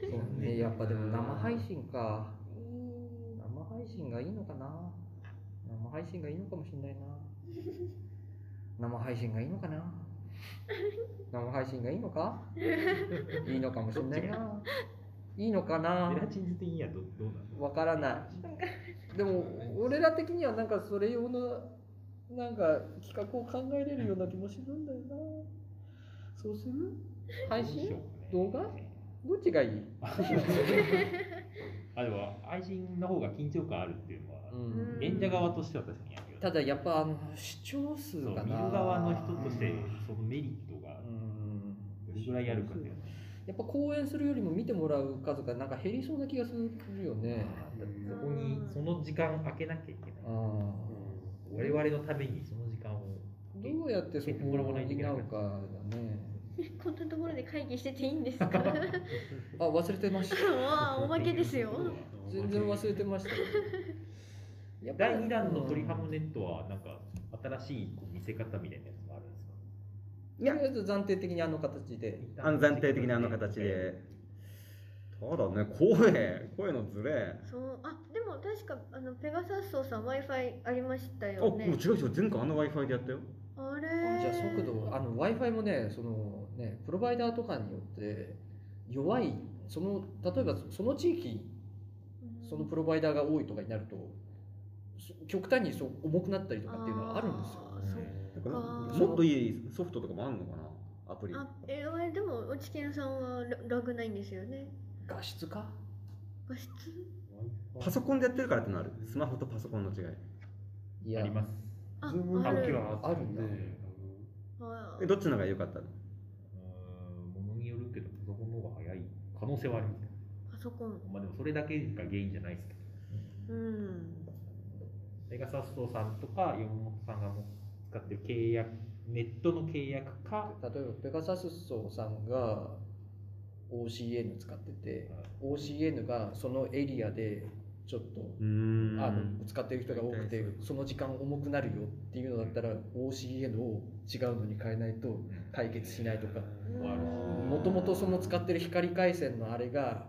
そうね、やっぱでも生配信か。生配信がいいのかな。生配信がいいのかもしれないな。生配信がいいのかな。生配信がいいのか。いいのかもしれないな。いいのかな
ゼ。ラチンズ的にはどどうなの
わからな
でも俺ら的にはなんかそれ用のなんか企画を考えれるような気もするんだよなそうする配信動画どっちがいい
あ、でも配信の方が緊張感あるっていうのは
いう、ん。
うん
演者側としては確かにあるよね
ただやっぱあの視聴数
そう
かな。
見る側の人としてそのメリットが
うん。
どれぐらいあるかっていうのは
やっぱ公演するよりも見てもらう数がなんか減りそうな気がするよね。
そこにその時間空けなきゃいけない
うん
我々のためにその時間を
どうやってそこを補うかだね。
こんなところで会議してていいんです かも
あ、忘れて ました。
うおまけですよ。
全然忘れてま した。やっぱり
第2弾の鳥ハムネットはなんか新しいこう見せ方みたいなやつもあるんですか
とりあえず暫定的にあの形で。
あの暫定的にあの形で。ただね、声、声のズレ。
そうあでも確かあのペガサスソーさん w i f i ありました
あ、も
よね
う違う違う、前回あの Wi-Fi でやったよ。
あれ
じゃあ速度、あの Wi-Fi もね、そのね、プロバイダーとかによって弱い、その例えばその地域、そのプロバイダーが多いとかになると、そ極端にそう重くなったりとかっていうのはあるんですよ。
すよ
なんかもっといいソフトとかもあるのかなアプリ。
あえあれでもおちきんさんはララグないんですよね
画質か
画質
パソコンでやってるからってのある。スマホとパソコンの違い。
い
あります
あ
ズーム
あ
だけ
る
はあって
ある
ね。
あ
えどっちの方が良かったの
うーんものによるけどパソコンの方が早い可能性はあります
パソコン
まあでもそれだけが原因じゃないですけど
うん
ペガサスソーさんとか山本さんがもう使ってる契約ネットの契約か
例えばペガサスソーさんが OCN 使ってて OCN がそのエリアでちょっと
うーん。
あの使ってる人が多く
大体
て
そういうこ
その時間重くなるよっていうのだったら OCN を違うのに変えないと解決しないとか
もあるし
もともとその使ってる光回線のあれが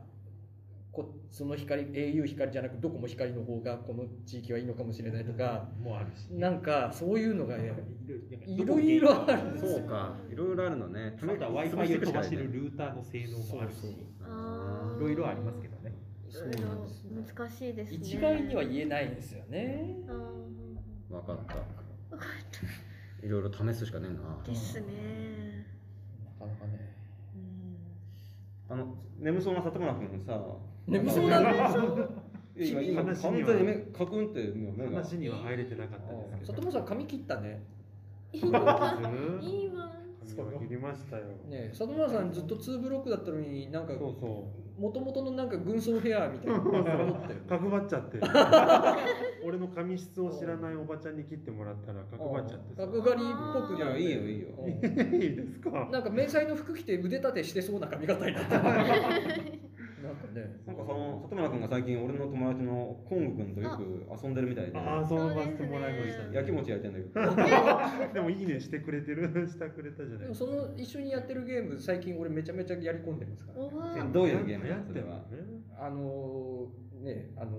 こその光 au 光じゃなくドコモ光の方がこの地域はいいのかもしれないとか
もあるし
なんかそういうのがね
い
いろいろある
そうか、いろいろあるのね。
また w i
潰
f i
て
を
いくし
飛
かな
ばし
い
て
ね
るルーターの性能もあるし
あー
いろいろありますけどね
そう
いろい
な
ろ
んですよ
難しいですね
一概には言えないんですよね。
あー
わかった。
わかっ
いろいろ試すしかねえな
た。ですね
なかなかね。
うん
あの、眠そうな里村君さ、
眠そうな
今、今完
話には
全に目、カクンってもう目が
話。には入れてなかったですけ
里
ど。
村さん髪切った ね。
いいわ
うん
いいわ
髪を切りましたよ。
ねえ里村さんずっとツーブロックだったのになんか
そうそ
元々のなんか軍装ヘアみたいなのが戻った
う。
よ ね。
角張っち ゃって。俺の髪質を知らないおばちゃんに切ってもらったら角張っちゃってさ。
角刈りっぽく
い
な
や、
る
いいよ、いいよ。
う
いいですか
ん。なんか迷彩の服着て腕立てしてそうな髪型になった。なんかね。
なんかその、里村君が最近、俺の友達のコング君とよく遊んでるみたいで、
ああ、そうばせてもらいました、
やきもち焼いてんだけど。
でもいいねしてくれてる、してくれたじゃな
で
い
もその一緒にやってるゲーム最近俺めちゃめちゃやり込んでますからね、
おばあ
どういうゲーム
流
な
行
の
っ
そ
て
れ
る
は
の。ね。
あのねあの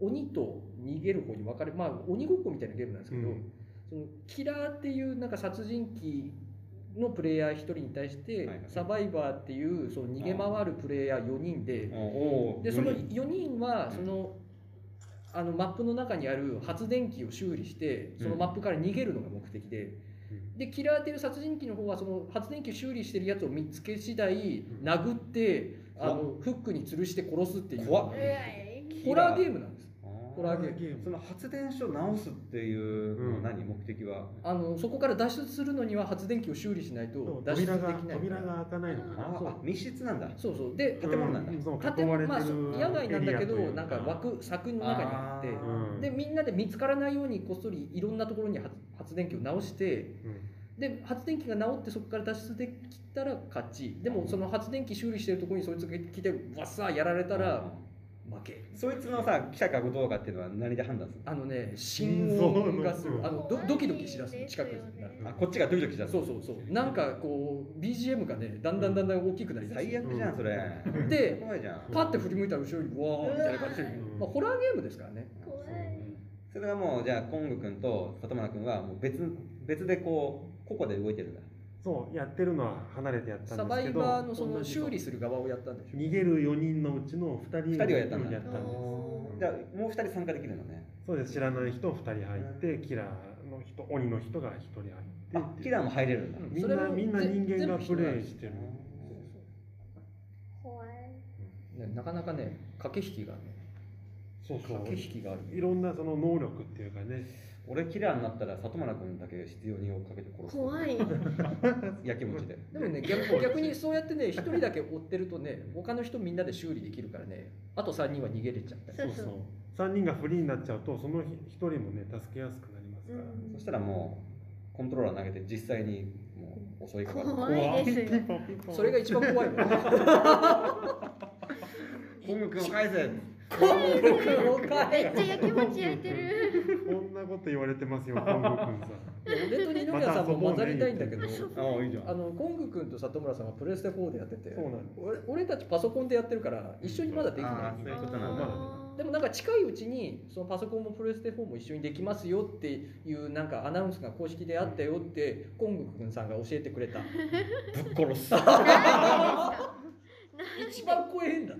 鬼と逃げる方に分かれまあ鬼ごっこみたいなゲームなんですけど、
うん
そのキラーっていうなんか殺人鬼のプレイヤー1人に対して、
はいはい
サバイバーっていうその逃げ回るプレイヤー4人で
あおお。
でその
より
4人はそのあのマップの中にある発電機を修理してそのマップから逃げるのが目的で
うん
でキラーてる殺人鬼の方はその発電機を修理してるやつを見つけ次第殴ってあのフックに吊るして殺すっていう
怖っ
うわい
ホラーゲームなんです。
あ
ホ
ー
ラーゲーム
ム
その発電所直すっていうのは何目的は
あのそこから脱出するのには発電機を修理しない
そ
と
う
脱出でき
扉が
ない
扉が開かないのか
あ
な
そう
あ密室なんだ
そうそうで
建物なんだ
うんそう
建
囲まれて
まあ、
る
そう野外なんだけ
エ
ど
リアというか
なんか枠柵の中にあって
あ
うん
でみんなで見つからないようにこっそりいろんなところに発発電機を直して
うん
で発電機が直ってそこから脱出できたら勝ちでもその発電機修理してるところにそいつが来てわっさーやられたら負け
そいつのさ記者かどうかっていうのは何で判断する
あのね
心
心
臓
臓
の
がするあのドドキドキしだすの近くにな
で
る
すよね
あこっちがドキドキしちゃ
そうそうそうなんかこう BGM がねだんだんだんだん大きくなりだ
最
し
悪じゃんそれ
で
怖いじゃん
パッて振り向いたら後ろにうわーみたいな感じで、
うん
まあ、ホラーゲームですからね
怖い
それはもうじゃあコング君と里村君はもう別別でこう個々で動いてるんだ
そうやってるのは離れてやった
サ
んで
バ
すけ
イ
ど
バーのその
同じ
修理する側をやったんでしょ
逃げる4人のうちの2人
二人はやったんだ
やったんです
じゃあもう二人参加できるのね
そうです知らない人2人入ってキラーの人鬼の人が1人入って
あ
って
キ
いう
ラーも入れるんだ
みん
それ
な
は
みんな
ぜ
人間が
全部
プ
人なん
レイ
です
してる
怖い
ねなかなかね駆け引きがね
そうそ
駆け引きがある
いろんなその能力っていうかね
俺キラーになったら里村君だけ必要に追っかけて殺す
怖い
やきもちで
でもね逆逆にそうやってね一人だけ追ってるとね他の人みんなで修理できるからねあと3人は逃げれちゃったり
そう
そうそう3人がフリーになっちゃうとその1人もね助けやすくなります
う
から、
ん
そしたらもうコントローラー投げて実際にもう襲いかかる
怖いですよ
ポンピンポン
それが一番怖い わ
コング君を返せ
めっちゃ焼きもち焼いてる
こんなこと言われてます よ近藤君さん
俺と二宮さんも混ざりたいんだけど、
ああいいじゃん
あのコング君と里村さんはプレステ4でやってて
そうなんで
俺俺たちパソコンでやってるから一緒にまだできな
ああ
い
そういうことなんだ
でもなんか近いうちにそのパソコンもプレステ4も一緒にできますよっていうなんかアナウンスが公式であったよってコング君さんが教えてくれた
ぶっ殺す
一番怖えんだ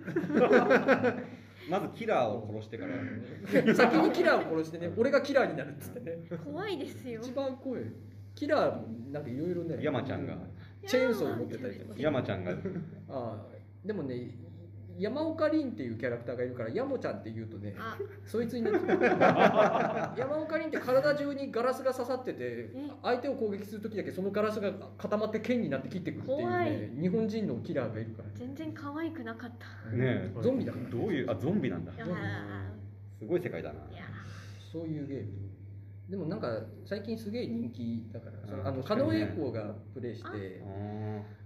まずキラーを殺してから
先にキラーを殺してね俺がキラーになるっつってね
怖いですよ
一番怖 いキラーもなんかいろいろね
山ちゃんが
チェーンソー持ってたりとか
山ちゃんが
ああでもね山岡凛っていうキャラクターがいるからヤモちゃんって言うとね
あ
そいつになっち ゃう山岡凛って体中にガラスが刺さってて相手を攻撃する時だけそのガラスが固まって剣になって切ってくるっていう、
怖
ね
い、
日本人のキラーがいるか
全然可愛くなかった
ら
ね
ゾンビだか
え
ら
どういうあゾンビなんだ
いやー
すごい世界だない
や
そういうゲームでもなんか最近すげえ人気だから、その
うん
あの狩
確か
野
にね
英孝がプレイして、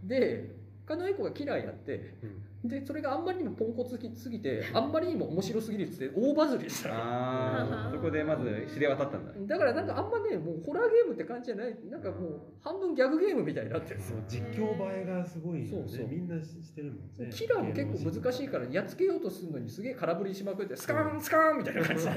うん
で狩野英孝がキラーやってでそれがあんまりにもポンコツすぎてあんまりにも面白すぎるっつって大バズりした
ああそこでまず知れ渡ったんだ
だからなんかあんまねもうホラーゲームって感じじゃないなんかもう半分ギャグゲームみたいになってる
そう実況映えがすごいよね
そうそう
みんなしてるもんね
キラーも結構難しいからやっつけようとするのにすげえ空振りしまくってスカーンスカーンみたいな感じで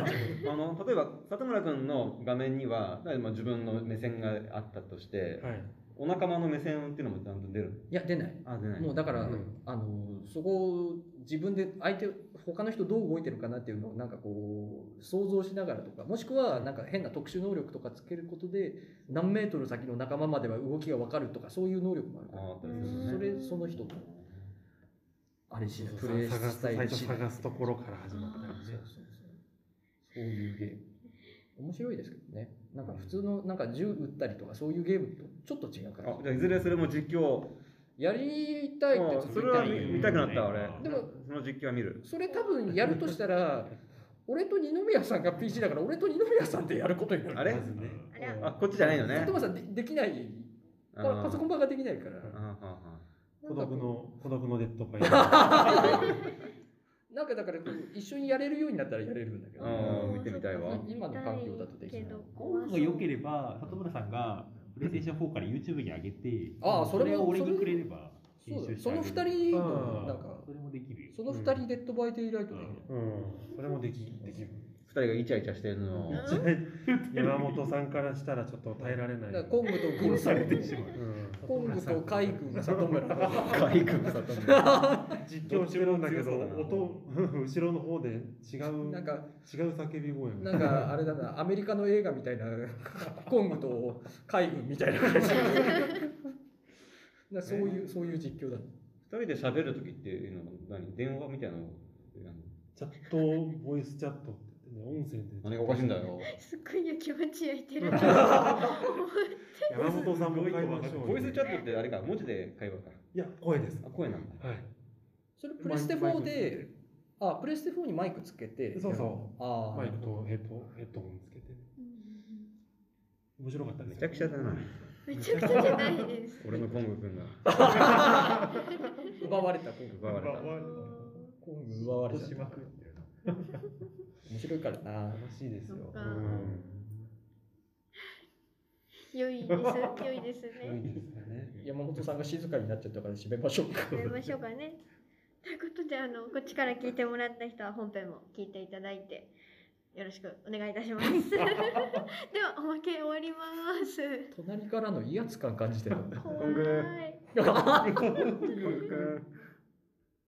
あの例えば里村君の画面にはまあ自分の目線があったとして、
はい
お仲間の目線っていうのもちゃんと出る
いや出ない
あ出ない
もうだから、
うん
あのそこを自分で相手他の人どう動いてるかなっていうのをなんかこう想像しながらとかもしくはなんか変な特殊能力とかつけることで何メートル先の仲間までは動きが分かるとかそういう能力もある
あ
から
あったりするね
それその人のあれし
そう
プ
そう
レイ
探
ス
す
タイ
最
ル
初
次第
探すところから始まったり
そう
ね
そうそうそういうゲーム面白いですけどねなんか普通のなんか銃撃ったりとかそういうゲームとちょっと違うから
あじゃあいずれそれも実況
やりたいって
あ
ずっ
それ
と言った
は
らいい
見
よ
見たくなった俺
でも
その実況は見る
それ多分やるとし たら俺と二宮さんが PC だから俺と二宮さんでやることになる
あれ
まずね
あら
あこっちじゃないのね
里村さんでできない
あ
パパソコン版ができないから
あああ
孤独の孤独のデッドパ イ
なんかだからこう一緒にやれるようになったらやれるんだけど、
ああ見てみたいわ
今の環境だとできない
けど
コングが良ければ里村さんがプレイステーション4から YouTube に上げて
ああそれも
を俺にくれれば
そうだよ
して
その
あげる
二人の
うん
なんか
それもできるよ
その二人デッドバイデイライトでいいんだよ
うんそれもできできる
二人がイチャイチャしてるのを
うん
山本さんからしたらちょっと耐えられない
だからコングと軍さん
てしまう
うん
コングと海軍が里村
かいくん里村
実況してるんだけど
どっちも強
音 後ろの方で違う
なんか
違う叫び声
なんかあれだなアメリカの映画みたいなコングと海軍みたいな感じなそういうそういう実況だ
二人で喋る時っていうのは何電話みたいなの
チャットボイスチャットってね音声で
何がおかしいんだよ
すっごい焼きもち焼いてる
山本さんも買いましょうよ
ボイスチャットってあれか文字で会話か
いや声です
あ声なんだ
はい
それプレステ
マイク
4であプレステ4にマイクつけて
そうそ
ああ
マイクとヘッドヘッドホンつけて面白かったね
めちゃくちゃだ な
めちゃくちゃじゃないです
俺のコング君が
奪われたコング
奪われた
コング奪われた
まくってる
面白いからな。
楽しいですよ
そっか
う
良いです。良いですね。
いいですよね
山本さんが静かになっちゃったから締めましょうか。
やりましょうかね。ということで、あの、こっちから聞いてもらった人は本編も聞いていただいて、よろしくお願いいたします。 では、おまけ終わります。
隣からの威圧感感じてる。
怖い。
ん